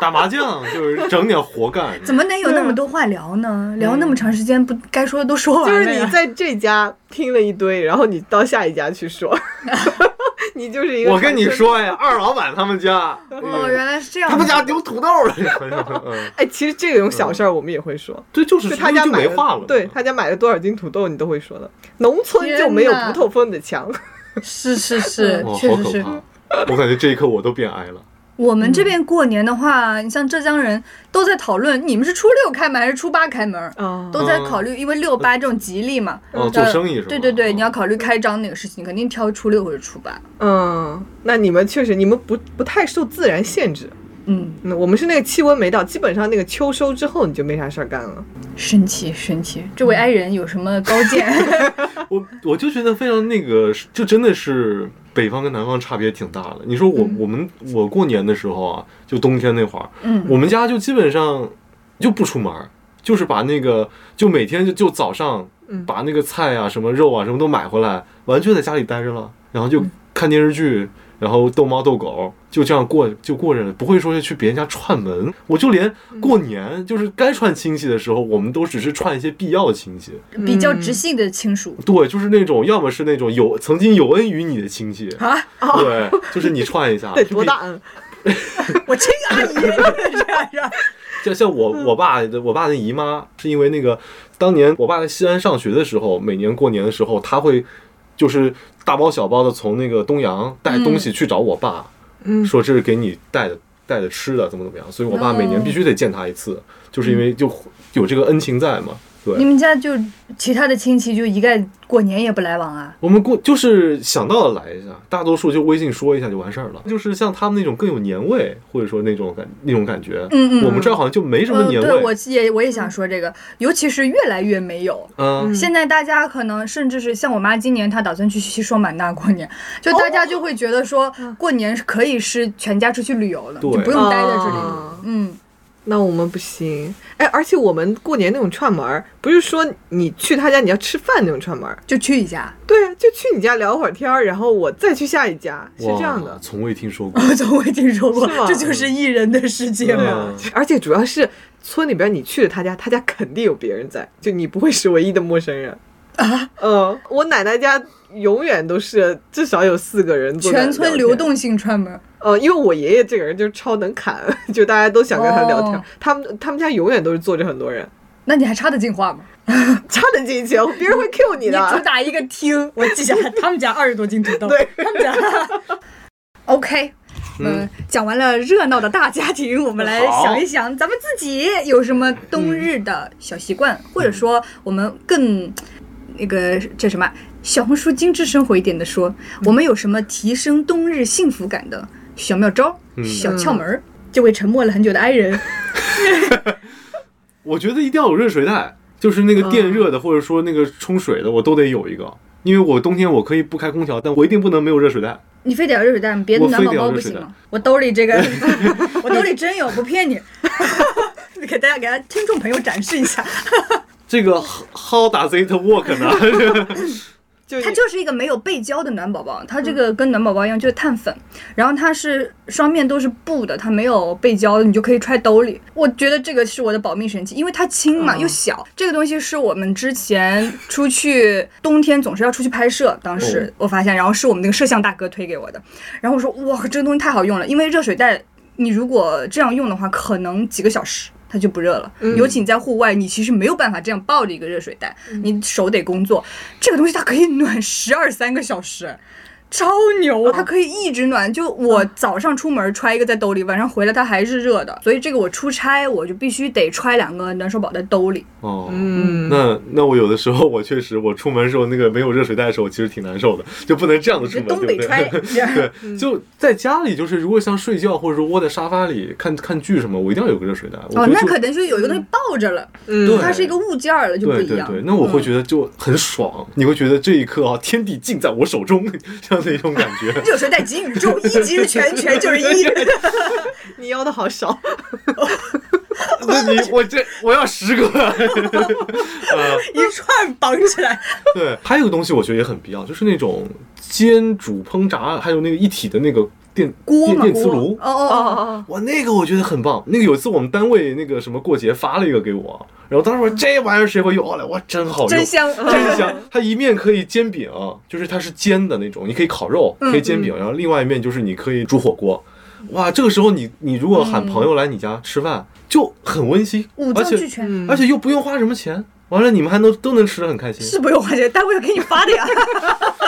A: 打麻将就是整点活 干。
B: 怎么能有那么多话聊呢？聊那么长时间，不该说的都说完
C: 就
B: 了
C: 是
B: 呀
C: 你在这家听了一堆，然后你到下一家 去说，你就是一个。
A: 我跟你，说呀，二老板他们家，
B: 哦，
A: 嗯
B: 原来是这样。
A: 他们家丢土豆了。 嗯
C: 哎，其实这种小事儿我们也会说，
A: 对，嗯就是
C: 他家
A: 就
C: 买
A: 没
C: 了
A: 话了。
C: 对他家买了多少斤土豆，你都会说的。农村就没有
B: 天哪
C: 不透风的墙，
B: 是是是
A: 哇，，
B: 确
A: 好
B: 实
A: 可
B: 是。
A: 怕！ 我感觉这一刻我都变矮了。
B: 我们这边过年的话，你像浙江人都在讨论，你们是初六开门还是初八开门？
C: 啊
B: 都在考虑，因为六八这种吉利嘛。
A: 哦，做
B: 呃
A: 生意是吧？
B: 对对对，
A: 哦
B: 你要考虑开张那个事情，肯定挑初六或者初八。
C: 嗯，那你们确实，你们不不太受自然限制。
B: 嗯，
C: 嗯，我们是那个气温没到，基本上那个秋收之后你就没啥事儿干了。
B: 神奇神奇，这位爱人有什么高 见？
A: 我我就觉得非常那个，就真的是北方跟南方差别挺大的。你说我、我们我过年的时候啊，就冬天那会儿，
B: 嗯
A: 我们家就基本上就不出门儿，就是把那个就每天就就早上
C: 嗯
A: 把那个菜啊、什么肉啊、什么都买回来，完全在家里待着了，然后就看电视剧。然后逗猫逗狗，就这样过就过着了，不会说是去别人家串门。我就连过年，就是该串亲戚的时候，我们都只是串一些必要的亲戚。
B: 比较直系的亲属
A: 对，就是那种要么是那种有曾经有恩于你的亲戚，
B: 啊，
A: 啊对，就是你串一下，
C: 得
A: 就
C: 哦多
A: 比嗯
C: 大？恩？
B: 我亲阿姨，这样让
A: 像像我
C: 嗯
A: 我爸我爸的姨妈，是因为那个当年我爸在西安上学的时候，每年过年的时候，他会就是大包小包的从那个东阳带东西去找我爸，
C: 嗯
A: 说这是给你带的带的吃的，怎么怎么样，所以我爸每
C: 哦
A: 年必须得见他一次，就是因为就有这个恩情在嘛。
B: 你
A: 对，
B: 们家就其他的亲戚就一概过年也不来往啊？
A: 我们过就是想到了来一下，大多数就微信说一下就完事儿了。就是像他们那种更有年味，或者说那种感那种感觉，
B: 嗯嗯
A: 我们这儿好像就没什么
B: 嗯，
A: 年味。
B: 对，我也我也想
C: 嗯
B: 说这个，尤其是越来越没有。
A: 嗯，
B: 现在大家可能甚至是像我妈今年她打算去西双版纳过年，就大家就
C: 哦
B: 会觉得说
C: 嗯
B: 过年是可以是全家出去旅游了，
A: 对
B: 就不用待在这里了。
C: 啊
B: 嗯，
C: 那我们不行，哎，而且我们过年那种串门儿，不是说你去他家你要吃饭那种串门儿，
B: 就去一下。
C: 对啊，就去你家聊会儿天儿，然后我再去下一家，是这样
A: 哇
C: 的。
A: 从未听说过。
B: 我从未听说过
C: 是吗，
B: 这就是艺人的世界
A: 对
B: 嘛。
A: 啊
C: 而且主要是村里边你去了他家，他家肯定有别人在，就你不会是唯一的陌生人。啊，嗯，我奶奶家永远都是至少有四个人坐在那
B: 全村
C: 聊天
B: 流。动性串门，
C: 呃，因为我爷爷这个人就是超能侃， 就大家都想跟他聊天。
B: 哦
C: 他们他们家永远都是坐着很多人，
B: 那你还差得进化吗？
C: 差点进去，别人会 Q 你
B: 你
C: 的。
B: 主打一个听，我记下来，他们家二十多斤土豆，
C: 对，
B: 他们家。OK，嗯，讲完了热闹的大家庭，我们来
A: 好
B: 想一想，咱们自己有什么冬日的小习惯，或者说我们更那个这什么小红书精致生活一点的说，我们有什么提升冬日幸福感的小妙招、小窍门儿？这位沉默了很久的 i 人，
A: 我觉得一定要有热水袋，就是那个电热的，或者说那个冲水的，我都得有一个。因为我冬天我可以不开空调，但我一定不能没有热水袋。
B: 你非得要热水袋吗？别的
A: 我
B: 暖
A: 非
B: 宝
A: 得要
B: 宝
A: 热
B: 不
A: 水
B: 行
A: 袋
B: 吗？我兜 里这个，我兜里真有，不骗你。 给大家给大家听众朋友展示 一下，
A: 这个 how does it work 呢？
C: 就
B: 它就是一个没有背胶的暖宝宝，它
A: 嗯
B: 这个跟暖宝宝一样就是碳粉，然后它是双面都是布的，它没有背胶的，你就可以揣兜里。我觉得这个是我的保命神器，因为它轻嘛又小，这个东西是我们之前出去冬天总是要出去拍摄，当时我发现，然后是我们那个摄像大哥推给我的，然后我说哇，这个东西太好用了，因为热水袋你如果这样用的话，可能几个小时。它就不热了，尤其你在户外，你其实没有办法这样抱着一个热水袋，你手得工作。这个东西它可以暖十二三个小时，超牛！
A: 嗯
B: 它可以一直暖。就我早上出门揣一个在兜里，晚上回来它还是热的，所以这个我出差我就必须得揣两个暖手宝在兜里。
A: 哦，
C: 嗯，
A: 那那我有的时候我确实我出门的时候那个没有热水袋的时候，其实挺难受的，就不能这样子出
B: 这
A: 门，
B: 东北
A: 对不
B: 揣
A: 对？，
B: 嗯
A: 对，就在家里，就是如果想睡觉或者说窝在沙发里看看剧什么，我一定要有个热水袋。我觉
B: 哦，
A: 得
B: 那
A: 就
B: 可能是有一个东西抱着了，嗯
A: 对
B: 它是一个物件儿了，就不
A: 对
B: 一
A: 对
B: 样。嗯
A: 对，那 我会觉得就很爽，你会觉得这一刻啊，天地尽在我手中，这样的一种感觉。
B: 热水袋集宇宙，一集是全，全就是一。
C: 你要的好少，
A: 那你我这我要十个。 呃，
B: 一串绑起来。
A: 对，还有一个东西我觉得也很必要，就是那种煎、煮、烹炸，还有那个一体的那个 电
B: 锅
A: 电
B: 嘛，
A: 电磁
B: 锅
A: 炉。
B: 哦哦哦，
C: 哦，
A: 哇，那个我觉得很棒。那个有一次我们单位那个什么过节发了一个给我，然后当时
B: 嗯
A: 我说这玩意儿谁会用？后来哇，真好用，
B: 真香！
A: 哦 真香！它一面可以煎饼，就是它是煎的那种，你可以烤肉，可以煎
B: 嗯
A: 饼，然后另外一面就是你可以煮火锅。哇，这个时候你你如果
B: 嗯
A: 喊朋友来你家吃饭，就很温馨，
B: 五
A: 而
B: 脏俱
A: 且嗯
B: 全，
A: 而且又不用花什么钱。完了，你们还能都能吃的很开心
B: 是，不啊用花钱，单位给你发 的呀。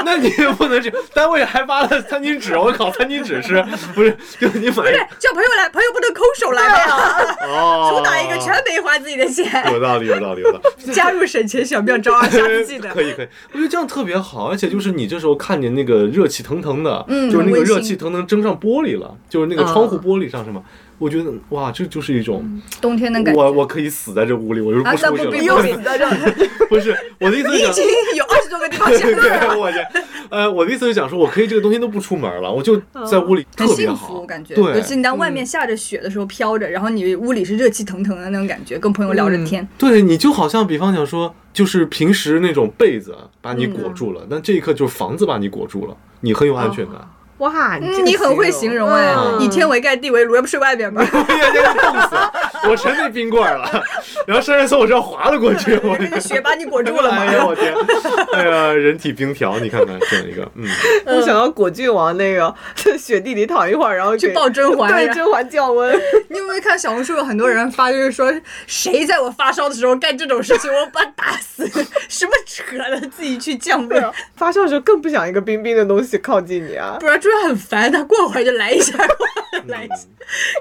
A: 那你也不能这样单位还发了餐巾纸，我烤餐巾纸吃，不是？就你买
B: 叫朋友来，朋友不能空手来吧？
A: 哦，
B: 主打一个全没花自己的钱，
A: 有道理，有道理，有道理。
B: 加入省钱小妙招啊！下次 记得
A: 可。以可以，我觉得这样特别好，而且就是你这时候看见那个热气腾腾的，
B: 嗯
A: 就是那个
B: 很温馨嗯
A: 热气腾腾蒸上玻璃了，就是那个窗户玻璃上什么，我觉得哇，这就是一种、
B: 冬天的嗯感
A: 我
B: 觉。
A: 我可以死在这屋里，我就
B: 啊
A: 不
B: 那
A: 出
B: 不
A: 去了，
B: 不
A: 不
B: 用
A: 是
B: 你在这儿，
A: 不是我的意 思
B: 你
A: 是
B: 已
A: 讲
B: 经。有二十多个地方想
A: 对
B: 了，
A: 对，我这，呃，我的意思是讲说，我可以这个冬天都不出门了，我就在屋里
B: 嗯很
A: 特别
B: 幸
A: 好，
B: 福，感觉。
A: 对
B: 尤其你当外面下着雪的时候飘着，然后你屋里是热气腾腾的那种感觉，跟朋友聊着天，
A: 对，你就好像比方讲说，就是平时那种被子把
B: 嗯
A: 你裹住了，但这一刻就是房子把你裹住了，你很有安全感。
C: 哇，你这
B: 嗯
C: 个
B: 你很会形容哎，
A: 嗯
B: 以天为盖，地为炉，要不睡外面吧？
A: 对呀，这个冻死了，我全被冰棍儿了，然后珊珊从我这儿滑了过去，我
B: 那个雪把你裹住了
A: 哎
B: 嘛。
A: 呀，我天！哎呀，人体冰条，你看看整一个，嗯，
C: 我想到果郡王那个 在雪地里躺一会儿，然 后
B: 去
C: 给
B: 抱甄嬛
C: 对
B: 呀
C: 甄嬛降温，
B: 你有没有看小红书有很多人发，就是说谁在我发烧的时候干这种事情，我把他打死， 什么扯的，自己去降温，
C: 发烧的时候更不想一个冰冰的东西靠近你啊。
B: 不然就是很烦。他过会儿就来一下，过会儿就来一下，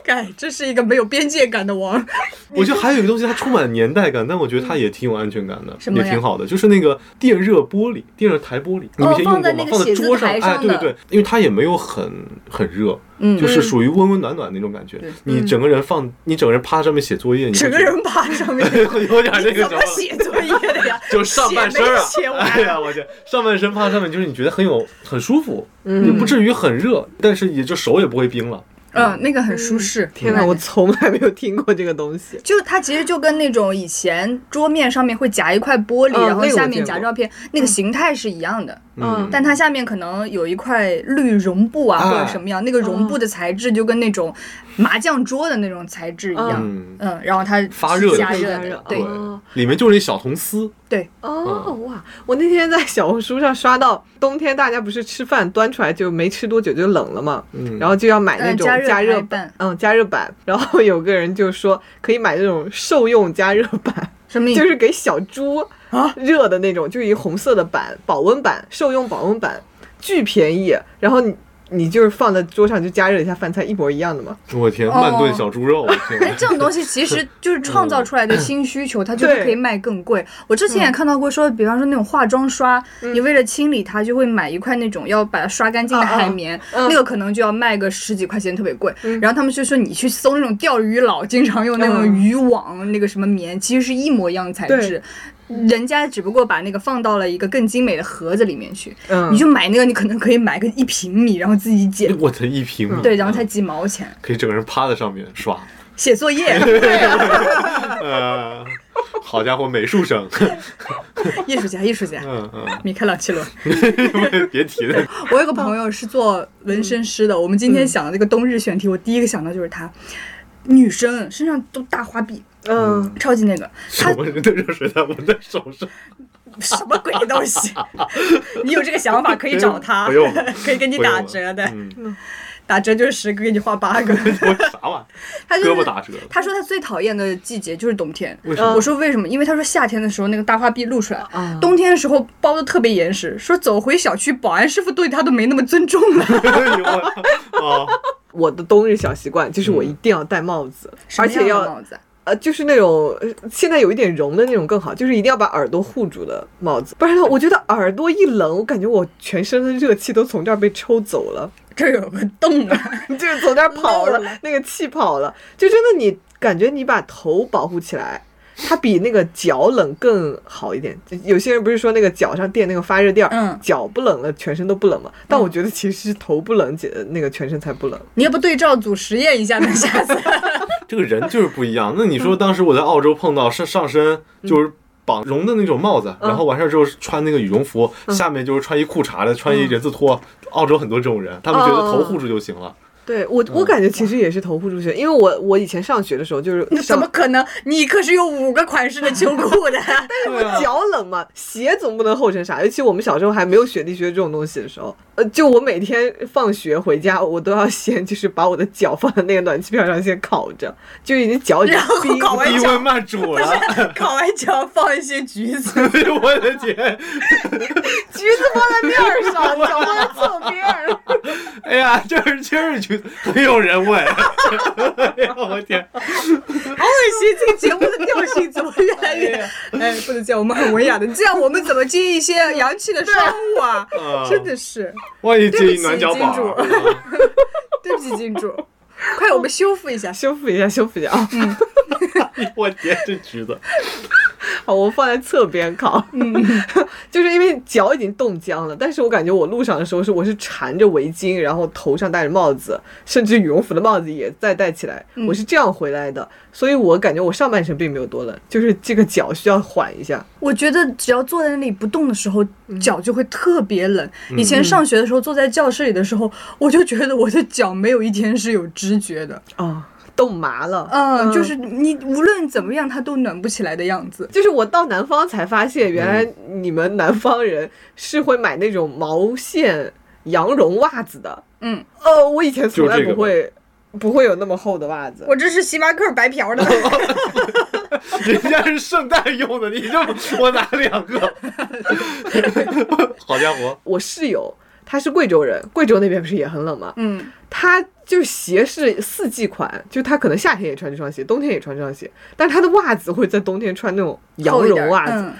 B: 哎，这是一个没有边界感的王。
A: 我觉得还有一个东西，它充满年代感，但我觉得它也挺有安全感的，
B: 什么
A: 也
B: 呀
A: 挺好的，就是那个电热玻璃、电热台玻璃，你们以前用过
E: 放在
A: 吗
E: 那？个
A: 放在
E: 写字
A: 桌上，
E: 台
A: 哎，
E: 上
A: 对对
E: 的
A: 对，因为它也没有很很热，
E: 嗯
A: 就是属于温温暖暖那种感觉。你整个人放，你整个人趴上面写作业，你会
B: 整个
A: 觉得
B: 人趴 上面，
A: 有点那
B: 你
A: 个什
B: 怎么
A: 么。
B: 写作业的 呀？
A: 就是上半身啊
B: 写没写，完
A: 哎呀，我去，上半身趴上面，就是你觉得很有很舒服，
C: 嗯
A: 也不至于很热，但是也就手也不会冰了。
B: 嗯，那个很舒适。
C: 天哪，我从来没有听过这个东西。
B: 就它其实就跟那种以前桌面上面会夹一块玻璃，
C: 嗯
B: 然后
C: 那个我
B: 下面
C: 见
B: 夹
C: 过
B: 照片，那个形态是一样的，
C: 嗯
B: 但它下面可能有一块绿绒布啊
A: 哎
B: 或者什么样，那个绒布的材质就跟那种麻将桌的那种材质一样。
A: 嗯，
B: 嗯，然后它
A: 发热的嗯
B: 加热
C: 加热
B: 对
A: 对
C: 哦，
A: 里面就是一小铜丝，
B: 对，
C: 哦
A: 嗯
C: 哇！我那天在小红书上刷到，冬天大家不是吃饭端出来就没吃多久就冷了嘛，
A: 嗯，
C: 然后就要买那
B: 嗯
C: 种
B: 加热
C: 加热
B: 排
C: 板
B: 版，
C: 嗯，加热板。然后有个人就说可以买那种兽用加热板，
B: 什么意
C: 就
B: 思？
C: 是给小猪
B: 嗯啊
C: 热的那种，就是一红色的板，保温板，兽用保温板，巨便宜。然后你你就是放在桌上就加热一下饭菜，一模一样的嘛。
A: 我天，
B: 哦
A: 慢炖小猪肉，我 天
B: 但这种东西其实就是创造出来的新需求，它就是
C: 对嗯
B: 可以卖更贵。我之前也看到过说，比方说那种化妆刷，你为了清理它，就会买一块那种要把它刷干净的
C: 啊啊
B: 海绵，
C: 嗯
B: 那个可能就要卖个十几块钱，特别贵。然后他们就说你去搜那种钓鱼佬经常用那种
C: 嗯
B: 渔网，那个什么棉，其实是一模一样的材质
C: 对。
B: 人家只不过把那个放到了一个更精美的盒子里面去，
C: 嗯嗯
B: 你，就买那个，你可能可以买个一平米，然后自己剪，
A: 我的一平米，
B: 嗯对，然后才几毛钱。
A: 可以整个人趴在上面刷，
B: 写作业
C: 嗯
A: 呃，好家伙，美术生，
B: 艺术家，艺术家，
A: 嗯嗯，
B: 米开朗基罗。
A: 别提了，
B: 我有个朋友是做纹身师的，我们今天想的这个冬日选题，我第一个想到就是他，女生身上都大花臂，
C: 嗯，
B: 超级那个
A: 什么人的热水在闻在手上，
B: 什么鬼东西？ 你有这个想法可以找 他
A: 不用，
B: 可以给你
A: 不用
B: 打
A: 了
B: 折的，
A: 嗯，
B: 打折就是十个，给你花八 个。
A: 我啥玩
B: 他
A: 意儿，
B: 就
A: 胳膊
B: 是
A: 打折了，
B: 他说他最讨厌的季节就是冬天。
A: 为什么
B: 我？说为什么？因为他说夏天的时候那个大花臂露出来，
C: 啊
B: 冬天的时候包的特别严实。说走回小区，保安师傅对他都没那么尊重了。
A: 哦，
C: 我的冬日小习惯就是我一定要戴帽子，而 且
B: 什么样的
C: 要
B: 帽子啊
C: 呃，就是那种呃现在有一点绒的那种更好，就是一定要把耳朵护住的帽子，不然的话我觉得耳朵一冷，我感觉我全身的热气都从这儿被抽走了，
B: 这儿有个洞啊。
C: 就是从这儿跑了，那个气跑了，就真的你感觉你把头保护起来。它比那个脚冷更好一点，就有些人不是说那个脚上垫那个发热垫儿，
B: 嗯
C: 脚不冷了，全身都不冷嘛。但我觉得其实是头不冷，姐那个全身才不冷。
B: 你要不对照组实验一下呢？下 次
A: 这个人就是不一样。那你
B: 嗯
A: 说当时我在澳洲碰到上上身就是绑绒的那种帽
B: 嗯
A: 子，然后完事儿之后穿那个羽绒服，下面就是穿一裤衩的，穿一人字拖。
B: 嗯
A: 澳洲很多这种人，他们觉得头护住就
B: 哦
A: 行了。
C: 对我，我感觉其实也是头护助学，因为我我以前上学的时候 就是
B: 那怎
C: 上
B: 么可能？你可是有五个款式的秋裤 的，
A: 对啊，
C: 脚冷嘛，鞋总不能厚成啥。尤其我们小时候还没有雪地靴这种东西的时候，呃，就我每天放学回家，我都要先就是把我的脚放在那个暖气片上先烤着，就已经脚已经
B: 然后
C: 冰
B: 烤完
A: 低温慢煮了。
B: 烤完脚放一些橘子。
A: 哎呦我的天！
C: 橘子放在面儿 上，脚放在侧边儿。
A: 哎呀，这是这是 就很有人味。哎呀，我天！
B: 好恶心！这个节目的调性怎么越来越……哎，不能这样，我们很文雅的，这样我们怎么接一些洋气的商务 啊？
C: 哦
A: 啊
B: 真的是，
A: 万一这
B: 对不
A: 一
B: 起
A: 暖脚啊板儿，
B: 金对不起，金主， 快我们修复一下。
C: 修复一下，修复一下啊！
A: 哎呦 我天，这橘子，
C: 好，我放在侧边烤， 就是因为脚已经冻僵了。但是我感觉我路上的时候是我是缠着围巾，然后头上戴着帽子，甚至羽绒服的帽子也再戴起来，我是这样回来的。所以我感觉我上半身并没有多冷，就是这个脚需要缓一下。
B: 我觉得只要坐在那里不动的时候，脚就会特别冷。
C: 嗯
B: 以前上 学的时候，坐在教室里的时候，我就觉得我的脚没有一天是有知觉的，
C: 啊，冻麻了。
B: 嗯，就是你无论怎么样，它都暖不起来的样子。
C: 就是我到南方才发现，原来
A: 嗯
C: 你们南方人是会买那种毛线羊绒袜子的。
B: 嗯，
C: 呃，我以前从来
A: 就这个
C: 不会，不会有那么厚的袜子。
B: 我这是星巴克白嫖的，
A: 人家是圣诞用的，你这我拿两个， 好家伙，
C: 我室友他是贵州人，贵州那边不是也很冷吗？
B: 嗯，
C: 他就鞋是四季款，就他可能夏天也穿这双鞋，冬天也穿这双鞋，但是他的袜子会在冬天穿那种 羊
B: 厚一点
C: 绒袜子。
B: 嗯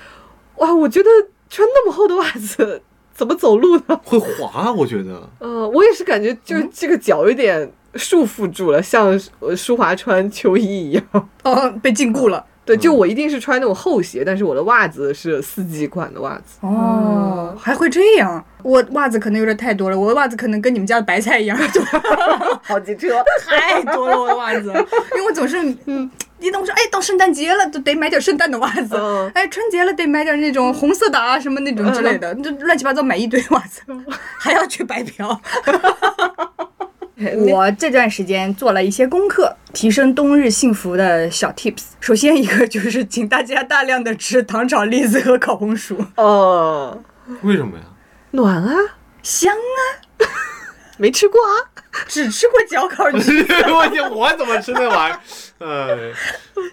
C: 哇，我觉得穿那么厚的袜子 怎么走路呢？
A: 会滑，我觉得。
C: 呃，我也是感觉就这个脚有点束缚住了，像呃舒华穿秋衣一样。
B: 哦，被禁锢了。
C: 对，就我一定是穿那种厚鞋，但是我的袜子是四季款的袜 子。嗯
B: 哦，还会这样？我袜子可能有点太多了，我的袜子可能跟你们家的白菜一样多，
C: 好几车，
B: 太多了我的 袜子，因为我总是嗯。一到我说，哎，到圣诞节了，就得买点圣诞的袜子。
C: 嗯
B: 哎，春节了得买点那种红色的啊，什么那种之类
C: 嗯
B: 的，就乱七八糟买一堆袜子， 还要去白嫖。
C: 嗯
B: 我这段时间做了一些功课，提升冬日幸福的小 tips。首先一个就是，请大家大量的吃糖炒栗子和烤红薯，
C: 哦，
A: 为什么呀？
C: 暖啊，
B: 香啊！
C: 没吃过啊。
B: 只吃过绞烤鸡，
A: 我天，我怎么吃那玩意儿？呃，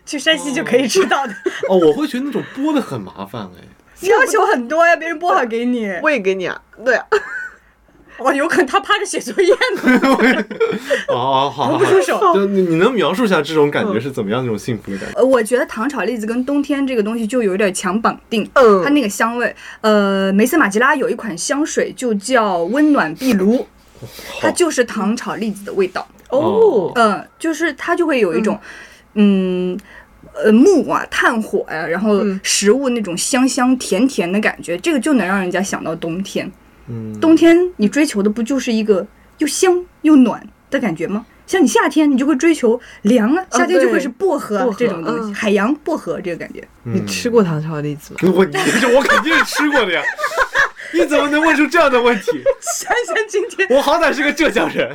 B: 去山西就可以吃到的，
A: 哦，我会觉得那种剥的很麻烦哎。
B: 要求很多呀，别人剥好给你。
C: 喂给你啊，对啊，
B: 哦，有可能他趴着写作业呢，
A: 哦哦，好好
B: 腾
A: 好
B: 不，出手。
A: 就你你能描述一下这种感觉是怎么样那种幸福的感觉？
B: 呃， 我觉得糖炒栗子跟冬天这个东西就有点强绑定，
C: 嗯
B: 它那个香味。呃，梅森马吉拉有一款香水就叫温暖壁炉，它就是糖炒栗子的味道。
A: 哦
B: 嗯、就是它就会有一种，嗯。呃，木啊，炭火呀、然后
C: 嗯
B: 食物那种香香甜甜的感觉，这个就能让人家想到冬天。
A: 嗯，
B: 冬天你追求的不就是一个又香又暖的感觉吗？像你夏天，你就会追求凉啊，
C: 嗯
B: 夏天就会是薄荷啊
C: 对薄荷
B: 这种东西，
C: 嗯
B: 海洋薄荷这个感觉。
A: 你
C: 你吃？过糖炒栗子吗？
A: 嗯我你这我肯定是吃过的呀。你怎么能问出这样的问题？
B: 珊珊今天，
A: 我好歹是个浙江人，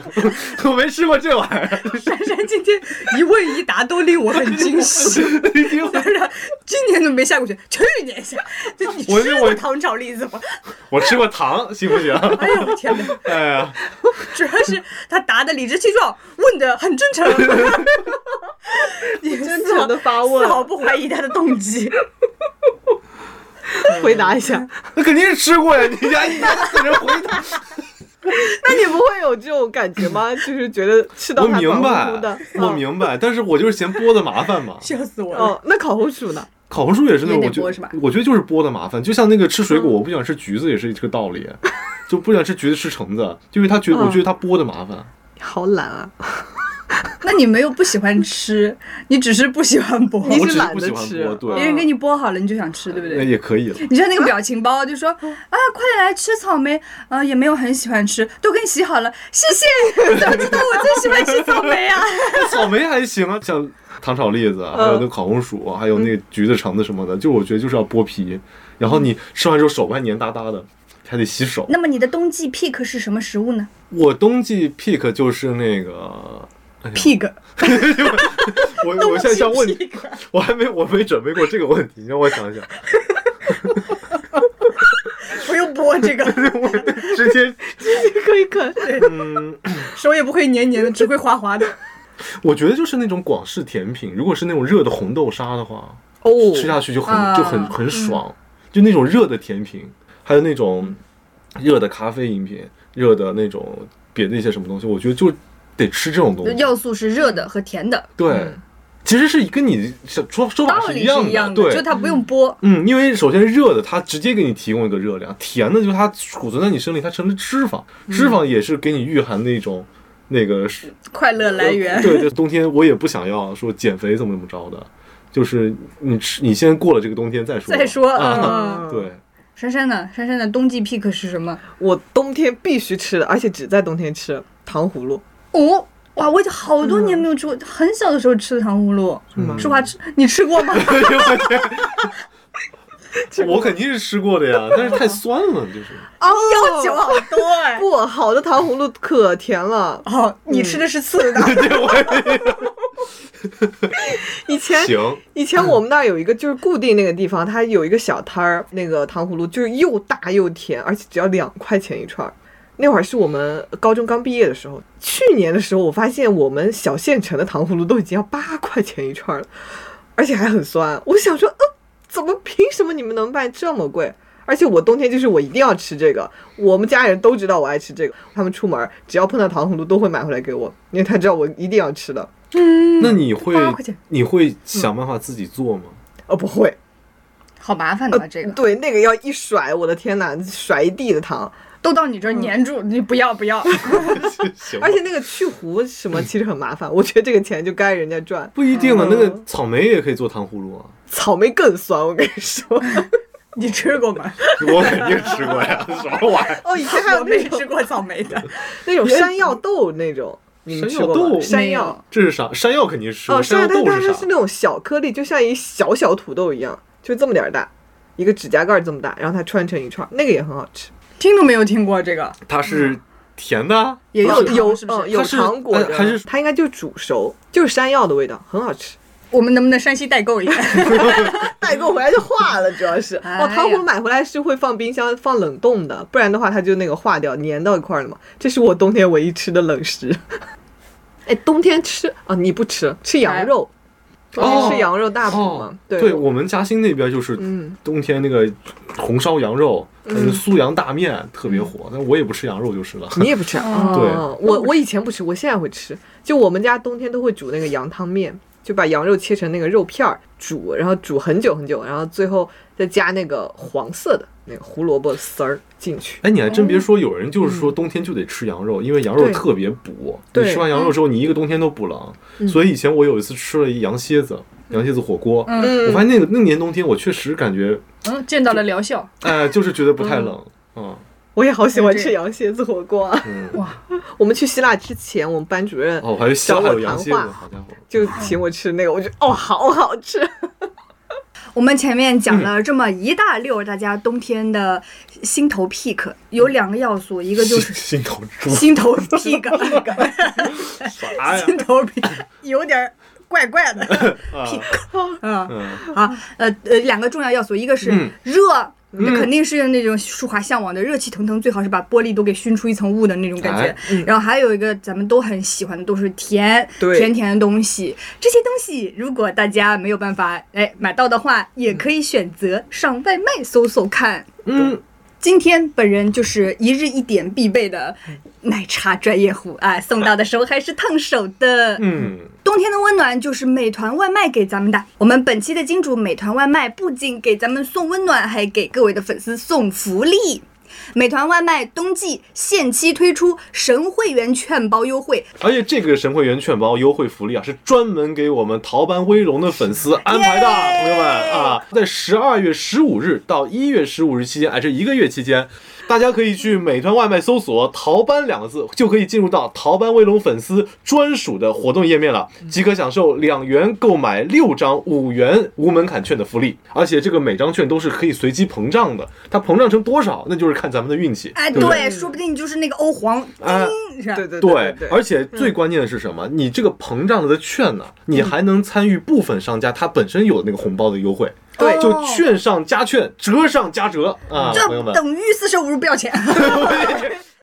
A: 我没吃过这玩意儿。
B: 珊珊今天一问一答都令我很惊 喜。她说今年怎么没下过雪？去年下，就 你
A: 我
B: 吃
A: 我
B: 过糖炒栗子吗？
A: 我吃过糖，行不行？
B: 哎呦我天哪！
A: 哎呀，
B: 主要是他答的理直气壮，问的很真 诚，
C: 真诚的发
B: 丝
C: 问，
B: 毫不怀疑他的动机。
C: 回答一 下。
A: 那肯定是吃过呀！你家一家子人回 答，
C: 那你不会有这种感觉 吗？就是觉得吃到
A: 我
C: 它
A: 明
C: 软乎
A: 白
C: 乎 的，，
A: 我
C: 嗯
A: 明白，但是我就是嫌剥的麻烦嘛。
B: 笑死我了！
C: 哦，那烤红薯呢？
A: 烤红薯也是那种，我
B: 也得
A: 觉
B: 剥是吧嗯
A: 我觉得就是剥的麻烦，就像那个吃水果，我不想吃橘子也是这个道理， 就不想吃橘子吃橙子，就因为他觉得
C: 嗯
A: 我觉得他剥的麻烦。
C: 好懒啊！
B: 那你没有不喜欢吃，你只是不喜欢剥，
C: 你
A: 我只
C: 是
A: 是
C: 懒
A: 不
C: 得
A: 喜欢
C: 吃
A: 剥，对
B: 别人给你剥好了你就想吃，对不
A: 那
B: 对？
A: 也可 以了。
B: 你像那个表情包，就说啊，快来吃草莓，啊，也没有很喜欢吃，都给你洗好了，谢谢。 早知道我最喜欢吃草莓啊！
A: 草莓还行啊，像糖炒栗子，啊还
B: 嗯
A: 有那个烤红薯，啊还有那个橘子、橙子什么的，就我觉得就是要剥皮，然后你吃完之后手还黏哒哒的，还得洗手。
B: 那么你的冬季 pick 是什么食物呢
A: 我冬季 pick 就是那个，哎呀
B: ？pick
A: 我我现在想问你，我还没我没准备过这个问题，你让我想想，
B: 不用剥这 个，
A: 我直接
C: 可以啃。
A: 嗯，
B: 手也不会黏黏的，只会滑滑的。
A: 我觉得就是那种广式甜品，如果是那种热的红豆沙的话，
C: 哦，
A: 吃下去就很
B: 啊
A: 就很很爽，就那种热的甜品，还有那种热的咖啡饮品，热的那种别的一些什么东西，我觉得就得吃这种东西。
B: 要素是热的和甜的，
A: 对，其实是跟你想说说法
B: 嗯道理
A: 啊一样
B: 一样
A: 对，
B: 就它不用剥。
A: 嗯，因为首先热的它直接给你提供一个热量，甜的就是它储存在你身体，它成了脂肪，脂肪也是给你御寒的一种那个是
B: 快乐来源
A: 呃对对，冬天我也不想要说减肥怎么怎么着的，就是你吃你先过了这个冬天再说吧。
B: 再说，
A: 啊，
B: 嗯，
A: 对，
B: 珊珊呢？珊珊的冬季 pick 是什么？
C: 我冬天必须吃的，而且只在冬天吃糖葫芦。
B: 哦，哇，我已经好多年没有吃过，很小的时候吃的糖葫芦。
A: 嗯
B: 淑华吃，你吃 过吗？
A: 哎呦我天，我肯定是吃过的呀，但是太酸了， 就是
B: 要求
C: 啊
F: 啊
B: 好多哎。
C: 不好的糖葫芦可甜了，
B: 哦，你吃的是刺的，
A: 对我也
C: 以前
A: 行，
C: 以前我们那儿有一个就是固定那个地方，它有一个小摊儿，那个糖葫芦就是又大又甜，而且只要两块钱一串儿。那会儿是我们高中刚毕业的时候，去年的时候我发现我们小县城的糖葫芦都已经要八块钱一串儿了，而且还很酸。我想说，呃，怎么凭什么你们能卖这么贵？而且我冬天就是我一定要吃这个，我们家人都知道我爱吃这个，他们出门只要碰到糖葫芦都会买回来给我，因为他知道我一定要吃的。
A: 那你会
F: 八块钱
A: 你会想办法自己做吗？
C: 哦，不会，
F: 好麻烦的、
B: 啊
C: 呃，
F: 这个
C: 对，那个要一甩，我的天呐，甩一地的糖，
F: 都到你这儿粘住，
B: 嗯
F: 你不要 不要。
A: 行吧
C: 而且那个去核什么其实很麻烦，我觉得这个钱就该人家赚。
A: 不一定了，啊
C: 嗯
A: 那个草莓也可以做糖葫芦啊，
C: 草莓更酸，我跟你说。
F: 你吃过吗？
A: 我肯定吃过呀， 什么玩意儿？
C: 哦，以 前还有
F: 我
C: 那
F: 没
C: 种
F: 吃过草莓 的，
C: 那种山药豆那种，你们吃过吗？山
F: 山药豆
C: 药
A: 这是啥？山药肯定吃，
C: 哦，
A: 山药
C: 山药
A: 豆
C: 但
A: 是
C: 它
A: 啥
C: 是？那种小颗粒，就像一小小土豆一样，就这么点儿大，一个指甲盖儿这么大，然后它穿成一串儿，那个也很好吃。
F: 听都没有听过这个。
A: 它
C: 嗯
A: 是甜的啊，
F: 也
B: 哦
F: 有
C: 有
F: 糖
C: 有
F: 是不是
C: 嗯有
A: 它是
C: 糖果
A: 呃
C: 的，
A: 还是
C: 它应该就煮熟，就是山药的味道，很好吃。
F: 我们能不能山西代购一下？
C: 代购回来就化了，主要是
F: 哎呀
C: 哦，糖葫芦买回来是会放冰箱放冷冻的，不然的话它就那个化掉，粘到一块儿了嘛。这是我冬天唯一吃的冷食。 哎，冬天吃啊、你不吃，吃羊肉，冬天吃羊肉大补嘛？
A: 哎哦
C: 对，
A: 对我们嘉兴那边就是
C: 嗯
A: 冬天那个红烧羊肉，嗯，苏阳大面特别火，但我也不吃羊肉就是了。
C: 你也不吃啊？
A: 对
C: 哦我我以前不吃，我现在会吃。就我们家冬天都会煮那个羊汤面，就把羊肉切成那个肉片儿煮，然后煮很久很久，然后最后再加那个黄色的那个胡萝卜丝儿进去。
A: 哎，你还真别说，有人就是说冬天就得吃羊肉，因为羊肉
C: 哦嗯对
A: 特别补。你
C: 对
A: 吃完羊肉之后，你一个冬天都不冷。
C: 嗯
A: 所以以前我有一次吃了一羊蝎子，羊蝎子火锅，
C: 嗯
A: 我发现那个那年冬天我确实感觉，
F: 嗯，见到了疗效。
A: 哎，就是觉得不太冷。嗯
C: 我也好喜欢吃
F: 对
C: 羊蝎子火锅、啊。
A: 嗯，
C: 我们去希腊之前，我们班主任
A: 哦，还有虾，
C: 找
A: 还
C: 我
A: 有羊
C: 谈
A: 蝎子，
C: 话，
A: 好家伙！
C: 就请我吃那个，我就哦，好好吃。
B: 我们前面讲
F: 嗯
B: 了这么一大溜，大家冬天的心头 pick 有两个要素，一个就是
A: 心心头猪
B: 心 头 pick，
A: 啥哎呀？
B: 心头 pick 有点儿怪怪 的
A: 啊
B: 啊
A: 嗯，
B: 啊呃呃，两个重要要素，一个是
A: 嗯
B: 热。
A: 嗯
B: 肯定是那种舒华向往的热气腾腾，最好是把玻璃都给熏出一层雾的那种感觉。
A: 哎
B: 然后还有一个咱们都很喜欢的，都是甜
C: 对
B: 甜甜的东西。这些东西如果大家没有办法哎买到的话，也可以选择上外卖搜搜看。
A: 嗯，
B: 今天本人就是一日一点必备的奶茶专业户啊，送到的时候还是烫手的。
A: 嗯，
B: 冬天的温暖就是美团外卖给咱们的。我们本期的金主美团外卖不仅给咱们送温暖，还给各位的粉丝送福利。美团外卖冬季限期推出神会员券包优惠，
A: 而且这个神会员券包优惠福利啊，是专门给我们逃班威龙的粉丝安排的，
B: 耶
A: 朋友们啊，在十二月十五日到一月十五日期间，哎，这一个月期间。大家可以去美团外卖搜索“逃班”两个字，就可以进入到逃班威龙粉丝专属的活动页面了，即可享受两元购买六张五元无门槛券的福利。而且这个每张券都是可以随机膨胀的，它膨胀成多少，那就是看咱们的运气。
B: 哎，
A: 对不对，
B: 说不定你就是那个欧皇，
A: 哎，
B: 嗯是吧
C: 对对
A: 对
C: 对，
A: 而且最关键的是什么？你这个膨胀了的券呢，你还能参与部分商家他本身有那个红包的优惠，
C: 对
A: 就券上加券，折上加折啊，
B: 嗯这
A: 朋友们。
B: 等于四舍五入 不要钱。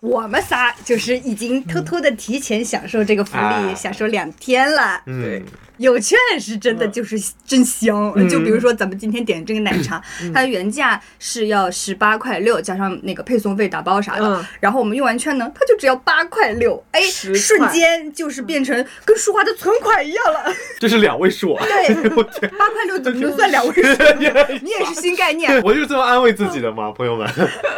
B: 我们仨就是已经偷偷的提前享受这个福
A: 哎
B: 利，享受两天了。
A: 嗯，
B: 有券是真的就是真香，就比如说咱们今天点的这个奶茶，它原价是要十八块六，加上那个配送费、打包啥的，
C: 嗯
B: 然后我们用完券呢，它就只要八块嗯六，哎，
C: 10块
B: 瞬间就是变成跟舒华的存款一样了。
A: 这是两位数啊！
B: 对，
A: 我天，
B: 八块六嗯怎么能算两位数？ 你也是新概 念，
A: 我就是这么安慰自己的嘛，朋友们。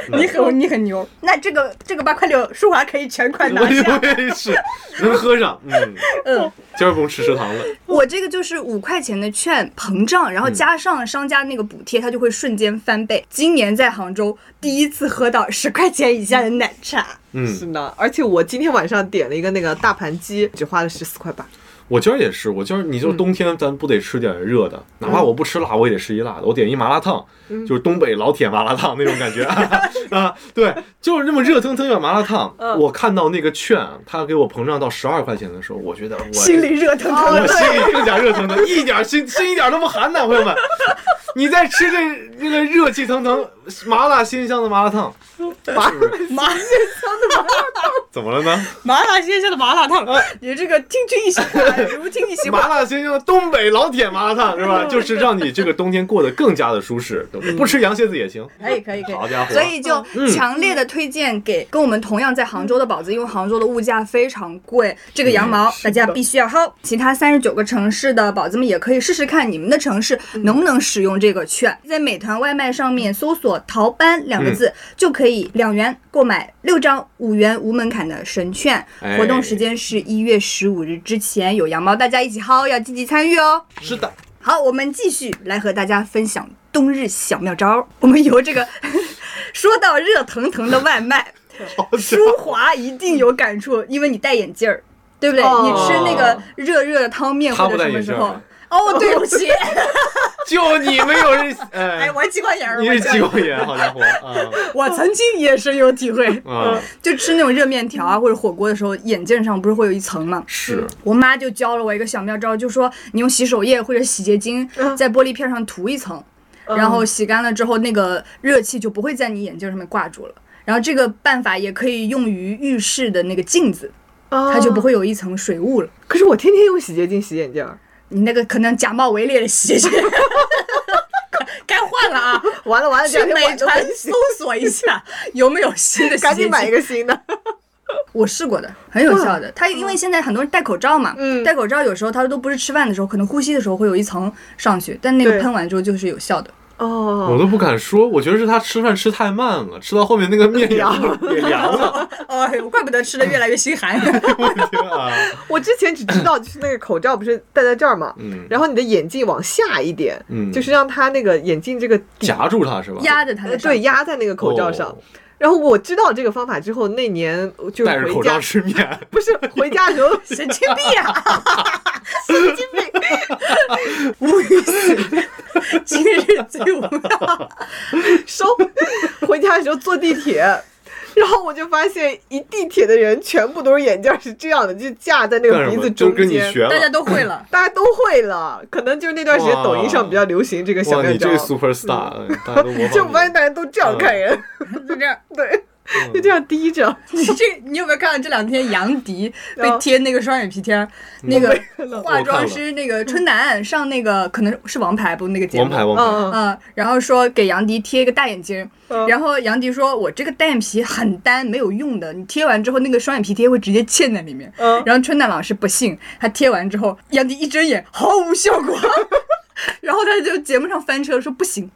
F: 你很你很牛，
B: 那这个这个八块六，舒华可以全款 拿
A: 我以
B: 下。
A: 为是能喝上，嗯
B: 嗯，
A: 今儿不用吃食堂了。
B: 我这个就是五块钱的券膨胀，然后加上商家那个补贴，它就会瞬间翻倍。今年在杭州第一次喝到十块钱以下的奶茶，
A: 嗯，
C: 是呢，而且我今天晚上点了一个那个大盘鸡，只花了十四块八。
A: 我今儿也是，我今儿你
G: 嗯
A: 就冬天咱不得吃点热的，哪怕我不吃辣，我也得吃一辣的。我点一麻辣烫，
G: 嗯
A: 就是东北老铁麻辣烫那种感觉 啊，对，就是那么热腾腾一碗麻辣烫。
G: 嗯
A: 我看到那个券，他给我膨胀到十二块钱的时候，我觉得 我
G: 心里热腾腾
A: 我
G: 的。
A: 心里更加热 腾腾，一点心心一点都不寒呐，朋友们。你在吃这这个热气腾腾、麻辣鲜香的麻辣烫，麻
G: 麻
A: 怎么了呢？
G: 麻辣鲜香的麻辣烫，你这个听君一席话，如听一席
A: 麻
G: 话。
A: 辣鲜香的东北老铁麻辣烫是吧？就是让你这个冬天过得更加的舒适，对不吃羊蝎子也行。
G: 可以可以可以，
A: 好家伙，
B: 所以就强烈的推荐给跟我们同样在杭州的宝子，因为杭州的物价非常贵，这个羊毛大家必须要薅。其他三十九个城市的宝子们也可以试试看，你们的城市能不能使用这个券，在美团外卖上面搜索“淘班”两个字，就可以两元购买六张五元无门槛的神券。
A: 哎
B: 活动时间是一月十五日之前，有羊毛大家一起薅，要积极参与哦。
A: 是的，
B: 好，我们继续来和大家分享冬日小妙招儿。 我们由这个说到热腾腾的外卖， 舒华一定有感触，因为你戴眼镜儿，对不对？
C: 哦
B: 你吃那个热热的汤面
A: 他
B: 或
A: 不戴
B: 者什
A: 眼
B: 么
A: 镜
B: 时
A: 儿
B: 候？ 哦，对不起，
A: 就你没有人，哎
B: 哎，，我是激光眼儿，
A: 你
B: 我
A: 是
B: 知道
A: 激光眼，好家伙啊
G: 我曾经也深有体 会。
A: 啊！
B: 就吃那种热面条啊或者火锅的时候，眼镜上不是会有一层吗？
A: 是，
B: 我妈就教了我一个小妙招，就说你用洗手液或者洗洁精
C: 嗯
B: 在玻璃片上涂一层，然后洗干了之后，那个热气就不会在你眼镜上面挂住了。然后这个办法也可以用于浴室的那个镜子，它
C: 它
B: 就不。会有一层水雾了。
C: 可是我天天用洗洁精洗眼镜儿，
B: 你那个可能假冒伪劣的洗洁精， 该换了啊！
C: 完了完了，这
B: 去
C: 两天
B: 美
C: 晚都
B: 团
C: 没洗
B: 搜，索一下有没有新的洗洁精，
C: 赶紧买一个新的。
B: 我试过的，很有效的。它因为现在很多人戴口罩嘛，
C: 嗯
B: 戴口罩有时候它都不是吃饭的时候，可能呼吸的时候会有一层上去，但那个
C: 对
B: 喷完之后就是有效的。
A: 我
C: 哦，
A: 都不敢说，我觉得是他吃饭吃太慢了，吃到后面那个面也 也凉了，
B: 哎呦，怪不得吃的越来越心寒。
A: 我的天啊！
C: 我之前只知道就是那个口罩不是戴在这儿嘛，
A: 嗯，
C: 然后你的眼镜往下一点，
A: 嗯
C: 就是让它那个眼镜这个底
A: 夹住他是吧？
B: 压着它
C: 呃
B: 的上
C: 对压在那个口罩上。
A: 哦
C: 然后我知道这个方法之后，那年我就
A: 戴着口
C: 回家
A: 罩，吃面，
C: 不是回家的时候
B: 神经病 啊！
C: 神经病，
B: 无语死了，今日最 无聊。
C: 收 回家的时候坐地铁，然后我就发现一地铁的人全部都是眼镜儿是这样的，就架在那
A: 干
C: 个
A: 什
C: 鼻
A: 么？
C: 子
A: 就是
C: 中
A: 跟你
C: 间。
A: 学
B: 大家
A: 了。
B: 都会了，
C: 大家都会了，可能就是那段时间
A: 哇
C: 抖音上比较流行这个小
A: 哇，
C: 妙
A: 你
C: 招
A: 这，super star，哎大家都模
C: 就我发
A: 仿
C: 现
A: 你。
C: 大家都这样看人，
B: 就这样。
C: 对，
A: 嗯
C: 就这样低着。
B: 你这你有没有看到这两天杨迪被
C: 啊
B: 贴那个双眼皮贴儿？那个化
A: 我看
B: 妆
A: 了
B: 师那个春楠上那个可能是王牌不那个节目？
A: 王牌王牌，
C: 嗯，嗯
B: 嗯，然后说给杨迪贴一个大眼睛，
C: 嗯
B: 然后杨迪说：“我这个单眼皮很单，没有用的，你贴完之后那个双眼皮贴会直接嵌在里面。
C: 嗯
B: 然后春楠老师不信，他贴完之后，杨迪一睁眼毫无效果， 然后他就节目上翻车说不行。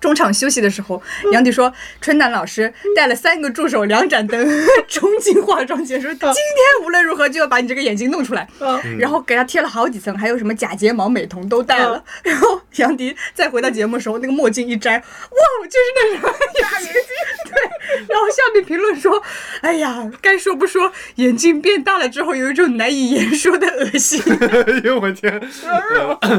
B: 中场休息的时候，杨迪说：“春楠老师带了三个助手、两盏灯 冲进化妆间，说今天无论如何就要把你这个眼睛弄出来。”
C: 嗯
B: 然后给他贴了好几层，还有什么假睫毛、美瞳都戴了。 然后杨迪再回到节目的时候，那个墨镜一摘，哇，就是那什么假眼镜。对，然后下面评论说：“哎呀，该说不说，眼镜变大了之后有一种难以言说的恶心，
A: 哎呦我天，呃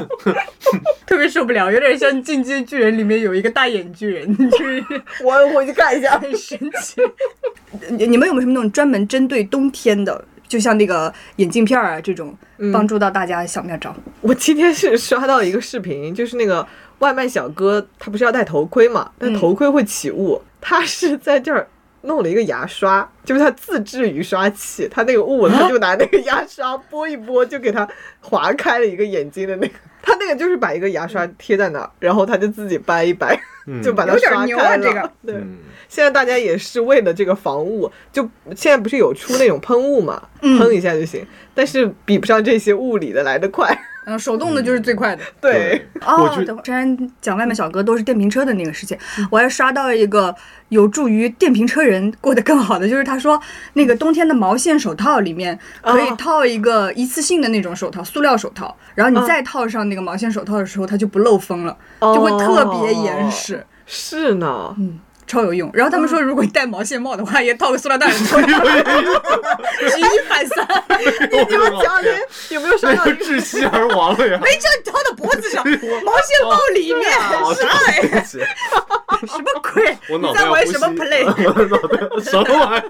B: 特别受不了，有点像《进击的巨人》里面有一个大眼巨人，就是
C: 我 回去看一下。
B: 很神奇。你你们有没有什么那种专门针对冬天的，就像那个眼镜片儿啊这种，帮助到大家的小妙招？
C: 我今天是刷到一个视频， 就是那个外卖小哥，他不是要戴头盔嘛？
B: 嗯
C: 但头盔会起雾，他是在这儿弄了一个牙刷， 就是他自制雨刷器，他那个雾，他就拿那个牙刷拨一拨，就给他划开了一个眼睛的那个。 他那个就是把一个牙刷贴在那儿，然后他就自己掰一掰，
A: 嗯
C: 就把它
B: 有点
C: 刷
B: 牛啊
C: 开了。
B: 这个
C: 对，
A: 嗯
C: 现在大家也是为了这个防雾，就现在不是有出那种喷雾嘛，
B: 嗯
C: 喷一下就行，但是比不上这些物理的来得快。
B: 嗯，手动的就是最快的。
C: 对，
A: 我
B: 哦，
A: 觉嗯
B: 等会儿之前讲外卖小哥都是电瓶车的那个事情，我还刷到一个有助于电瓶车人过得更好的，就是他说那个冬天的毛线手套里面可以
C: 哦
B: 套一个一次性的那种手套，塑料手套，然后你再套上那个哦毛线手套的时候，它就不漏风了，就会特别严实。
C: 是呢，
B: 嗯，超有用。然后他们说，如果你戴毛线帽的话，也套个塑料袋儿， 举一反三，哎
C: 你们前两天有没有刷
A: 那
C: 到
A: 就窒息而亡了呀！
B: 没这你套到脖子上，毛线帽里面
A: 哎哦
B: 是
A: 对不 起，
B: 什么鬼？
A: 我脑
B: 哎你
A: 袋
B: 在
A: 要
B: 玩
A: 呼
B: 什么
A: 吸
B: play？
A: 我脑袋什么玩意 儿？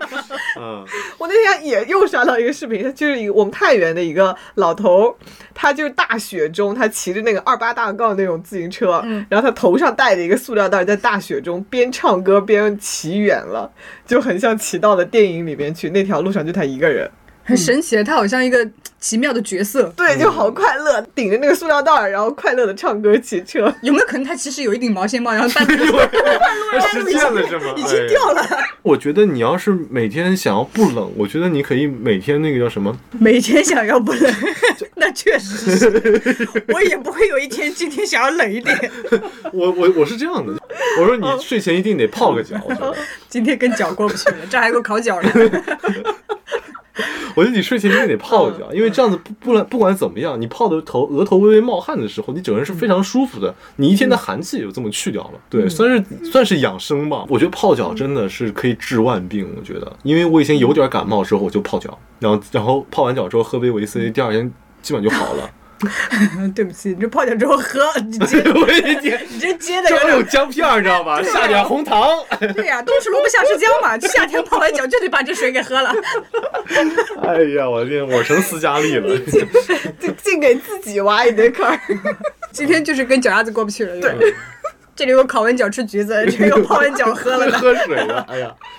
A: 嗯，
C: 我那天也又刷到一个视频，就是一个我们太原的一个老头儿，他就是大雪中，他骑着那个二八大杠那种自行车，
B: 嗯
C: 然后他头上戴着一个塑料袋，在大雪中边唱歌边骑远了，就很像骑到了电影里面去。那条路上就他一个人，
B: 很神奇，他好像一个奇妙的角色。
C: 对，就好快乐，顶着那个塑料袋儿，然后快乐的唱歌骑车。
B: 有没有可能他其实有一顶毛线帽，然后半路
A: 哎实践了是吗？哎
B: 已经掉了？
A: 我觉得你要是每天想要不冷，我觉得你可以每天那个叫什么？
B: 每天想要不冷， 那确实是，我也不会有一天今天想要冷一 点，
A: 我我我是这样的，我说
B: 哦
A: 你睡前一定得泡个脚，我觉得，
B: 今天跟脚过不去了，这还给我烤脚了。
A: 我觉得你睡前一定得泡个脚，
B: 嗯
A: 因为这样子不不然不管怎么样，你泡的头额头微微冒汗的时候，你整个人是非常舒服的，你一天
B: 嗯
A: 的寒气也就这么去掉了，对，算是算是养生吧。我觉得泡
B: 嗯
A: 脚真的是可以治万病，我觉得，因为我以前有点感冒之后我就泡脚，然后然后泡完脚之后喝杯维 C，第二天基本就好了。
B: 嗯对不起，你这泡脚之后喝，你接的，
A: 我一天。
B: 你这接的有
A: 装有
B: 点
A: 姜片儿，你知道吧？
B: 啊
A: 下点红糖。
B: 对呀、冬吃萝卜夏吃姜 嘛，夏天泡完脚就得把这水给喝了。
A: 哎呀，我这我成斯嘉丽了。
C: 就净给自己挖一堆坑儿，
B: 今天就是跟脚丫子过不去了。对，这里有烤完脚吃 橘子，这里有泡完脚喝了的。
A: 喝水了，哎 呀。哎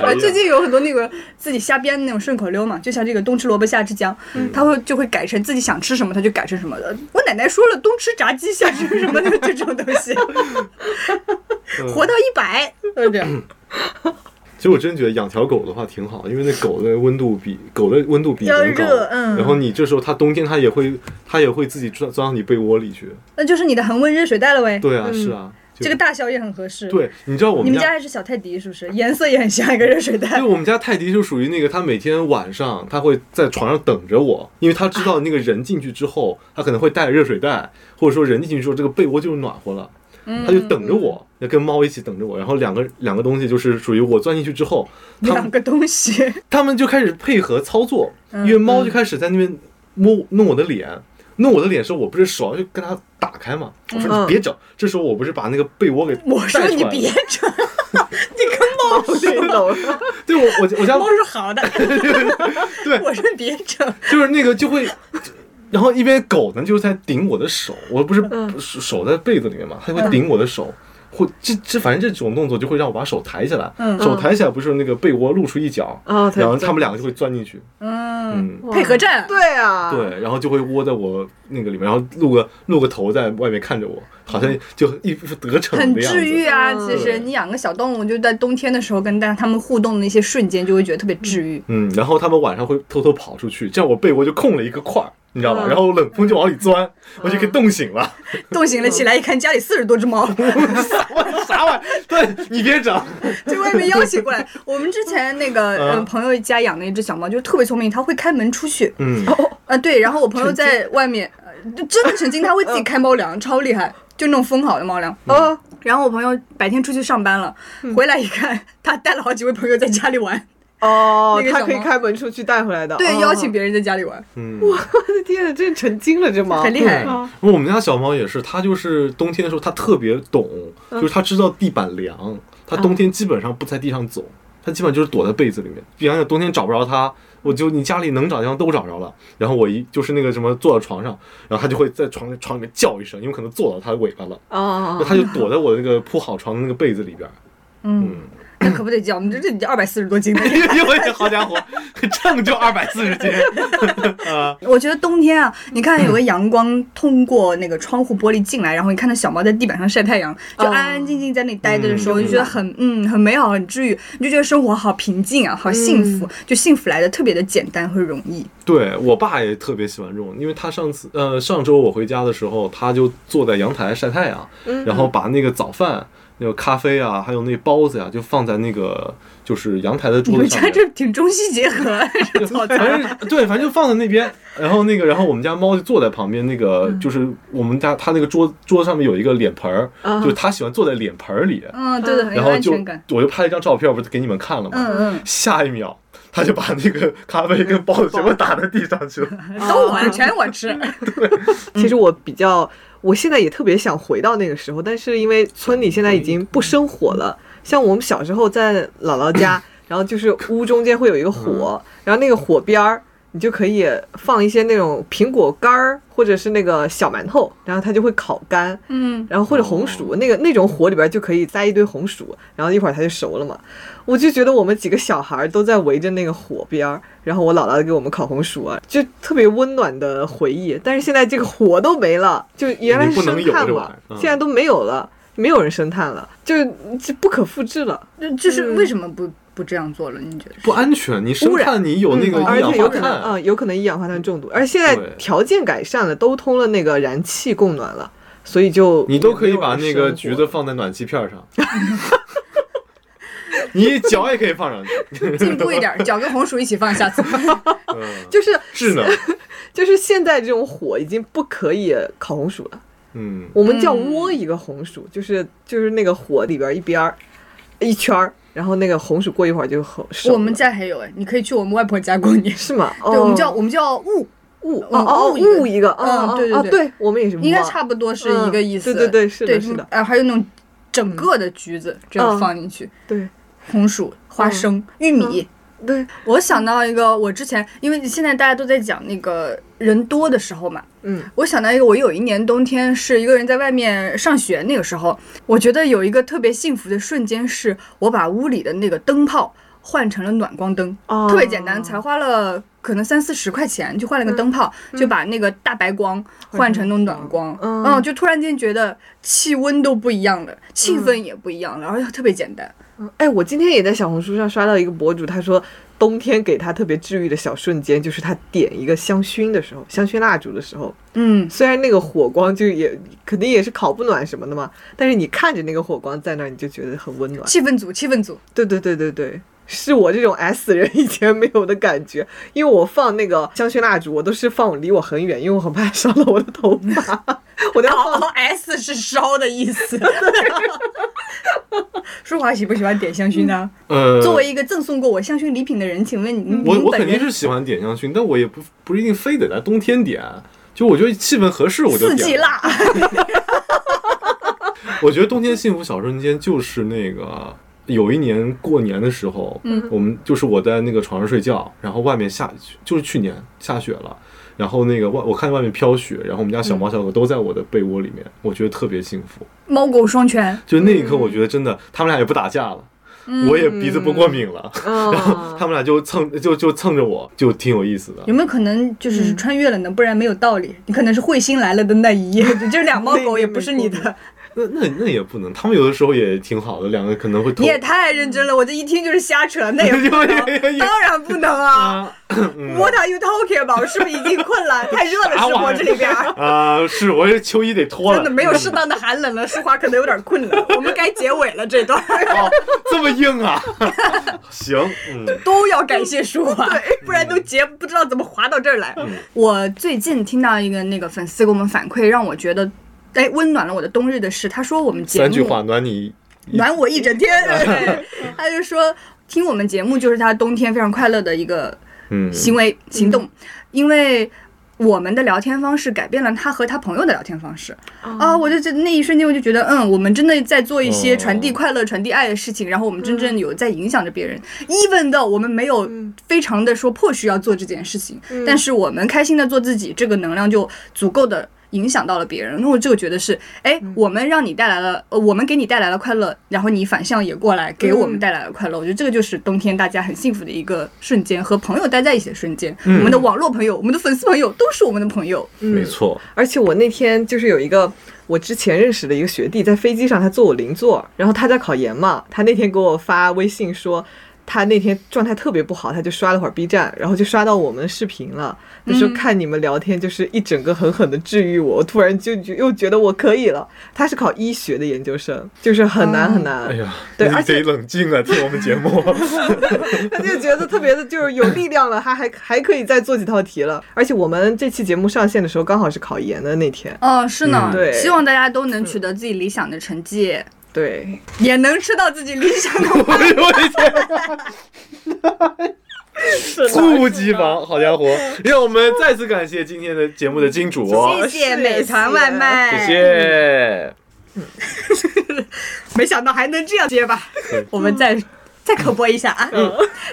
B: 啊，
A: 呀
B: 最近有很多那个自己瞎编的那种顺口溜嘛，就像这个冬吃萝卜夏吃姜，
C: 嗯
B: 他会就会改成自己想吃什么他就改成什么的。我奶奶说了，冬吃炸鸡，夏吃什么的 这种东 西，
C: 嗯
B: 活到一百，对 不对？
A: 其实我真觉得养条狗的话挺好，因为那狗的温度比 狗的温度比人高
B: 要热，嗯
A: 然后你这时候它冬天它也会它也会自己钻钻到你被窝里去。
B: 那就是你的恒温热水袋了喂。嗯
A: 对啊，是啊，就
B: 这个大小也很合适。，
A: 对，你知道我
B: 你
A: 们
B: 们家还是小泰迪是不是？颜色也很像一个热水袋
A: 对，。我们家泰迪就属于那个，他每天晚上他会在床上等着我，因为他知道那个人进去之后，他可能会带热水袋，或者说人进去之后这个被窝就暖和了，
B: 嗯
A: 他就等着我，那跟猫一起等着我，然后两个两个东西就是属于我钻进去之后，他
B: 两
A: 们
B: 个东西，
A: 他们就开始配合操作，
B: 嗯
A: 因为猫就开始在那边摸弄我的脸。弄我的脸的时候，我不是手就跟它打开嘛，我说你别整。这时候我不是把那个被窝给
B: 嗯我说
A: 带出
B: 你
A: 来
B: 别
A: 了，
B: 整， 你 跟猫
C: 睡 了。
A: 对我我我家
B: 猫 是好的，
A: 对
B: 我说别整，
A: 就是那个就会，然后一边狗呢就是在顶我的手，我不是
B: 嗯
A: 手手在被子里面嘛，它会顶我的手，或这这反正这种动作就会让我把手抬起来，
B: 嗯
A: 手抬起来不是那个被窝露出一角，
C: 哦它
A: 然后他们两个就会钻进去，
B: 嗯，
A: 嗯。
B: 配合战，
C: 对啊，，
A: 对，然后就会窝在我那个里面，然后露个露个头在外面看着我，好像就一副得逞
B: 很
A: 的样
B: 治愈
A: 子。
B: 啊！
C: 嗯
B: 其
A: 对
B: 实你养个小动物，就在冬天的时候跟大它们互动的那些瞬间，就会觉得特别治愈。
A: 嗯，然后他们晚上会偷偷跑出去，这样我被窝就空了一个块儿，你知道吧？
C: 嗯
A: 然后冷风就往里钻，我就给冻醒 了。
B: 冻醒了起来，一看家里四十多只猫，
A: 我啥玩意儿？对你别整。
B: 就外面邀请过来。我们之前那个
A: 嗯
B: 呃朋友家养的一只小猫，就是特别聪明，它会开门出去。
A: 嗯，
B: 啊，对，然后我朋友在外面，呃真的成精，它会自己开猫粮，超厉害，就那种封好的猫粮。
C: 哦，
B: 然后我朋友白天出去上班了，回来一看，他带了好几位朋友在家里玩，
C: 哦
B: 那，个
C: 他
B: 小
C: 可以
B: 猫
C: 开门出去带回来的。
B: 对，
C: 哦
B: 邀请别人在家里玩，
A: 嗯，
C: 我的天呐，真成精了这猫，
B: 很厉害。
C: 啊
A: 我们家小猫也是，它就是冬天的时候，它特别懂，就是它知道地板凉，它冬天基本上不在地上走，它基本上就是躲在被子里面。比方说冬天找不着它，我就你家里能找的地方都找着了，然后我一就是那个什么坐到床上，然后它就会在床床里面叫一声，因为可能坐到它的尾巴了，
C: 哦，
A: 它就躲在我那个铺好床的那个被子里边。
B: 那可不得叫，我们这这二百四十多斤的。
A: 因为好家伙， 秤就二百四十斤， 啊，
B: 我觉得冬天啊，你看有个阳光通过那个窗户玻璃进来，然后你看到小猫在地板上晒太阳，就安安静静在那里待着的时
A: 嗯
B: 候，你就觉得很嗯很美好，很治愈，你就觉得生活好平静啊，好幸福，就幸福来的特别的简单和容易。
A: 对我爸也特别喜欢这种，因为他上次呃上周我回家的时候，他就坐在阳台晒太
B: 嗯
A: 啊阳，然后把那个早饭、那个咖啡啊，还有那包子呀、就放在那个就是阳台的
B: 你
A: 桌
B: 们
A: 子上
B: 家
A: 面。
B: 这挺中西结合，啊 这套餐。
A: 反正对，反正就放在那 边，然后那个，然后我们家猫就坐在旁边，那个就是我们家它那个桌桌上面有一个脸盆儿，
C: 啊
A: 就它喜欢坐在脸盆儿里，
B: 嗯，对对，很
A: 然
B: 有
A: 后
B: 安
A: 就
B: 全感。
A: 我就拍了一张照片，我不是给你们看了吗？
B: 嗯
A: 下一秒它就把那个咖啡跟包子全部打在地上去了。
B: 嗯，都我全我吃。
C: 其实我比较，我现在也特别想回到那个时候，但是因为村里现在已经不生火了。像我们小时候在姥姥家，然后就是屋中间会有一个火，然后那个火边儿你就可以放一些那种苹果干儿或者是那个小馒头，然后它就会烤干。
B: 嗯，
C: 然后或者红
A: 哦
C: 薯，那个那种火里边就可以栽一堆红薯，然后一会儿它就熟了嘛。我就觉得我们几个小孩儿都在围着那个火边儿，然后我姥姥给我们烤红薯啊，就特别温暖的回忆。但是现在这个火都没了，就原来
A: 你
C: 是
A: 不能
C: 生
A: 有
C: 炭
A: 这玩意
C: 嘛
A: 儿，嗯
C: 现在都没有了，没有人生炭了，就是这不可复制了。
B: 那就是为什么不不这样做了？你觉得？
A: 不安全，你生
C: 污染嗯
A: 炭你有那个
C: 而
A: 一氧
C: 且有
A: 化
C: 可能
A: 碳，
C: 啊、有可能一氧化碳中毒。而现在
A: 对
C: 条件改善了，都通了那个燃气供暖了，所以就
A: 你都可以
C: 没有人
A: 把那个
C: 生
A: 橘
C: 火
A: 子放在暖气片上，你脚也可以放上去，
B: 进步一 点，搅跟红薯一起放，下次。
A: 嗯，
C: 就是
A: 智 能，
C: 就是现在这种火已经不可以烤红薯了，
A: 嗯，
C: 我们叫窝一个红
B: 嗯
C: 薯，就是就是那个火里边一边儿一圈儿，然后那个红薯过一会儿就很熟了。
B: 我们家还有哎，你可以去我们外婆家过年。
C: 是吗？
B: 对，
C: 哦
B: 我们叫我们叫雾，
C: 雾
B: 嗯
C: 哦哦
B: 雾一个
C: 雾一个，哦
B: 嗯
C: 哦
B: 对对
C: 哦
B: 对
C: 对，我们也是
B: 应该
C: 摸
B: 差不多是一个意思。
C: 嗯对对对是的
B: 啊对
C: 是的
B: 呃，还有那种整个的橘子这样放进去，
C: 对
B: 红薯、花生、玉米。
C: 对，嗯
B: 我想到一个，我之前因为现在大家都在讲那个人多的时候嘛，
C: 嗯
B: 我想到一个，我有一年冬天是一个人在外面上学，那个时候我觉得有一个特别幸福的瞬间，是我把屋里的那个灯泡换成了暖光灯，
C: 哦
B: 特别简单，才花了可能三四十块钱就换了个灯泡，就把那个大白光嗯换成那种暖光，
C: 嗯
B: 就突然间觉得气温都不一样了，气氛也不一样了，而且特别简单。
C: 哎，我今天也在小红书上刷到一个博主，他说冬天给他特别治愈的小瞬间，就是他点一个香薰的时候，香薰蜡烛的时候，
B: 嗯，
C: 虽然那个火光就也肯定也是烤不暖什么的嘛，但是你看着那个火光在那儿，你就觉得很温暖。
B: 气氛组，气氛组，
C: 对对对对对，是我这种 S 人以前没有的感觉，因为我放那个香薰蜡烛，我都是放离我很远，因为我很怕烧到我的头发， 我都要放
B: 哦，S 是烧的意 思。舒华喜不喜欢点香薰呢？
A: 呃，嗯
B: 作为一个赠送过我香薰礼品的人，请问你，
A: 我
B: 您
A: 我
B: 本
A: 肯定
B: 人
A: 是喜欢点香薰，但我也不不一定非得在冬天点，就我觉得气氛合适我就
B: 四
A: 点。
B: 季辣，
A: 我觉得冬天幸福小瞬间就是那个。有一年过年的时候，
B: 嗯
A: 我们就是我在那个床上睡觉，然后外面下就是去年下雪了，然后那个外我看外面飘雪，然后我们家
B: 嗯
A: 小猫小狗都在我的被窝里面，我觉得特别幸福。
B: 猫狗双全。
A: 就那
B: 嗯
A: 一刻，我觉得真的，他们俩也不打架了，我也鼻子不过敏了， 然后他
C: 嗯，
A: 们俩就蹭就就蹭着我，就挺有意思的
B: 有。没有可能就是穿越了呢？不然没有道理。你可能是彗星来了的那一夜，这两猫狗也不是你
C: 那
B: 的。
A: 那那那也不能，他们有的时候也挺好的，两个可能会偷
B: 你。也太认真了，我这一听就是瞎扯，那也不
A: 也也
B: 能，
A: 也
B: 当然不能啊。
A: 啊
B: What are you talking about？是不是已经困了？太热 了，
A: 啥
B: 是我
A: 玩意儿
B: 这里边儿。
A: 啊，是我这秋衣得脱
B: 真
A: 了嗯
B: 的，没有适当的寒冷了，舒华可能有点困了。我们该结尾了，这段
A: 哦，这么硬啊！ 行，嗯，
B: 都要感谢舒 华，嗯不然都结不知道怎么滑到这儿来。我最近听到一个那个粉丝给我们反馈，让我觉得哎温暖了我的冬日的事。他说我们节目
A: 三句话暖你一
B: 暖我一整天，哎 他就说听我们节目就是他冬天非常快乐的一个
A: 嗯
B: 行为、行动，因为我们的聊天方式改变了他和他朋友的聊天方式、啊，我就觉得那一瞬间我就觉得，嗯，我们真的在做一些
A: 哦
B: 传递快乐、传递爱的事情，然后我们真正有在影响着别人。even 到我们没有非常的说迫需要做这件事情，但是我们开心的做自己，这个能量就足够的。影响到了别人，那我就觉得是，哎，我们让你带来了，呃我们给你带来了快乐，然后你反向也过来给我
C: 嗯
B: 们带来了快乐。我觉得这个就是冬天大家很幸福的一个瞬间，和朋友待在一起的瞬间。
C: 嗯
B: 我们的网络朋友、我们的粉丝朋友都是我们的朋友。
A: 嗯没错，
C: 而且我那天就是有一个我之前认识的一个学弟，在飞机上他坐我邻座，然后他在考研嘛，他那天给我发微信说。他那天状态特别不好，他就刷了会儿 B 站，然后就刷到我们的视频了。他说看你们聊天，就是一整个狠狠的治愈我，我突然就就又觉得我可以了。他是考医学的研究生，就是很难很难。
A: 哎呀，
C: 对
A: 你
C: 而且
A: 得冷静啊，听我们节 目。
C: 他就觉得特别的，就是有力量了，他还还可以再做几套题了。而且我们这期节目上线的时候，刚好是考研的那天。
B: 哦，是呢，
A: 嗯
C: 对
B: 希望大家都能取得自己理想的成绩，
C: 对，
B: 也能吃到自己理想的。
A: 我的天，猝不及防，好家伙！让我们再次感谢今天的节目的金主，哦
B: 谢谢
C: 谢
B: 美团外卖，
A: 谢谢。
B: 没想到还能这样接吧
A: 对？
B: 我们再再口播一下啊！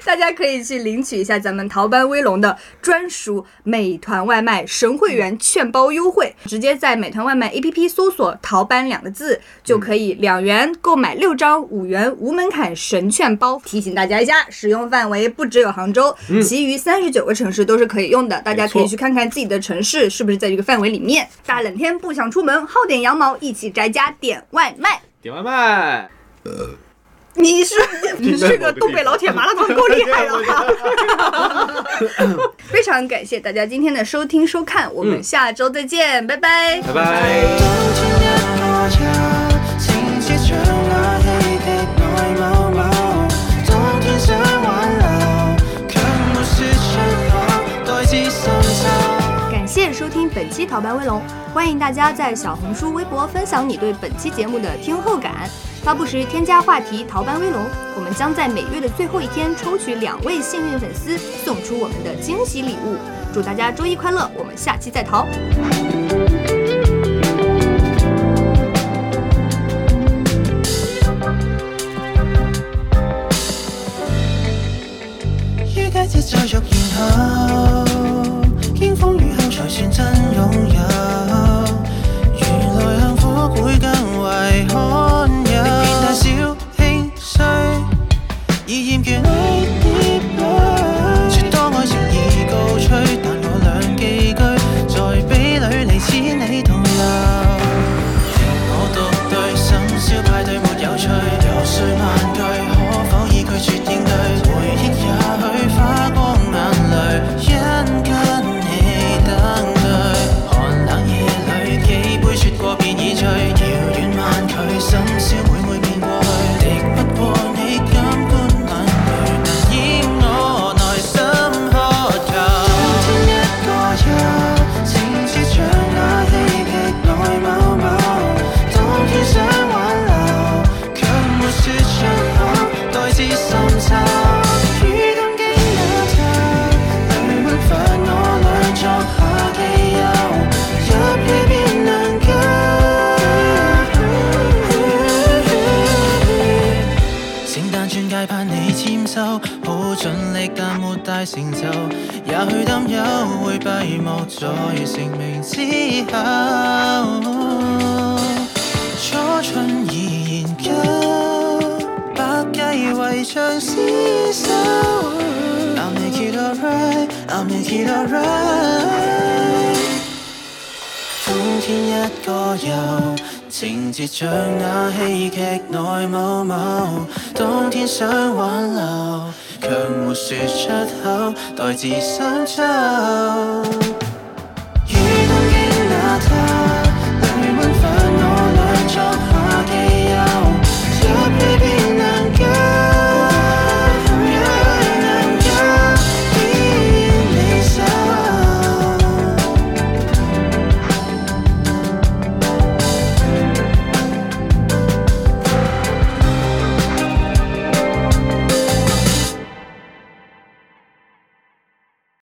B: 大家可以去领取一下咱们逃班威龙的专属美团外卖神会员券包优惠，直接在美团外卖 APP 搜索“逃班”两个字，就可以两元购买六张五元无门槛神券包。提醒大家一下，使用范围不只有杭州，其余三十九个城市都是可以用的。大家可
A: 嗯
B: 以
A: 没错
B: 去看看自己的城市是不是在这个范围里面。大冷天不想出门，薅点羊毛，一起宅家点外卖。
A: 点外卖，
B: 你是 你是个东北老铁麻辣烫，够厉 害了！ 非常感谢大家今天的收听收看，我们
A: 嗯
B: 下周再见，拜拜。
A: 拜拜。
D: 到今一個一，情節像那你的內某某，當天想挽留，卻沒説出口，待至深秋。
B: 感谢收听本期《逃班威龙》，欢迎大家在小红书、微博分享你对本期节目的听后感。发布时添加话题“逃班威龙”，我们将在每月的最后一天抽取两位幸运粉丝，送出我们的惊喜礼物。祝大家周一快乐，我们下期再逃。
D: 於佳節再續然後，經風雨後才算真擁有。原來幸福會更為罕有。變太小輕碎，已厭倦你疊淚。説多愛情已告吹，但我兩寄居，在比侶離似你同流。我獨對，深宵派對沒有趣，遊說萬句，可否以拒絕應對？回憶也許花光眼淚，因跟你等對。寒冷夜裏幾杯雪過便已醉，遙遠萬距，深宵每每變過去，敵不過你感官冷淚，難掩我內心渴求。天一個人，情節像那戲劇內某某，當天想挽留，卻沒説出口，待至深秋。雨凍肌也皺，淚吻化我兩作下記憂，入夜便能夠。聖誕鑽戒盼你簽收，好盡力但沒大成就，也許擔憂會閉幕在成名之後。初春已研究，百計為唱廝守。I'll make it alright, I'll make it alright. 冬天一個遊，情節像那戲劇內某某。當天想挽留，卻沒説出口，待至深秋。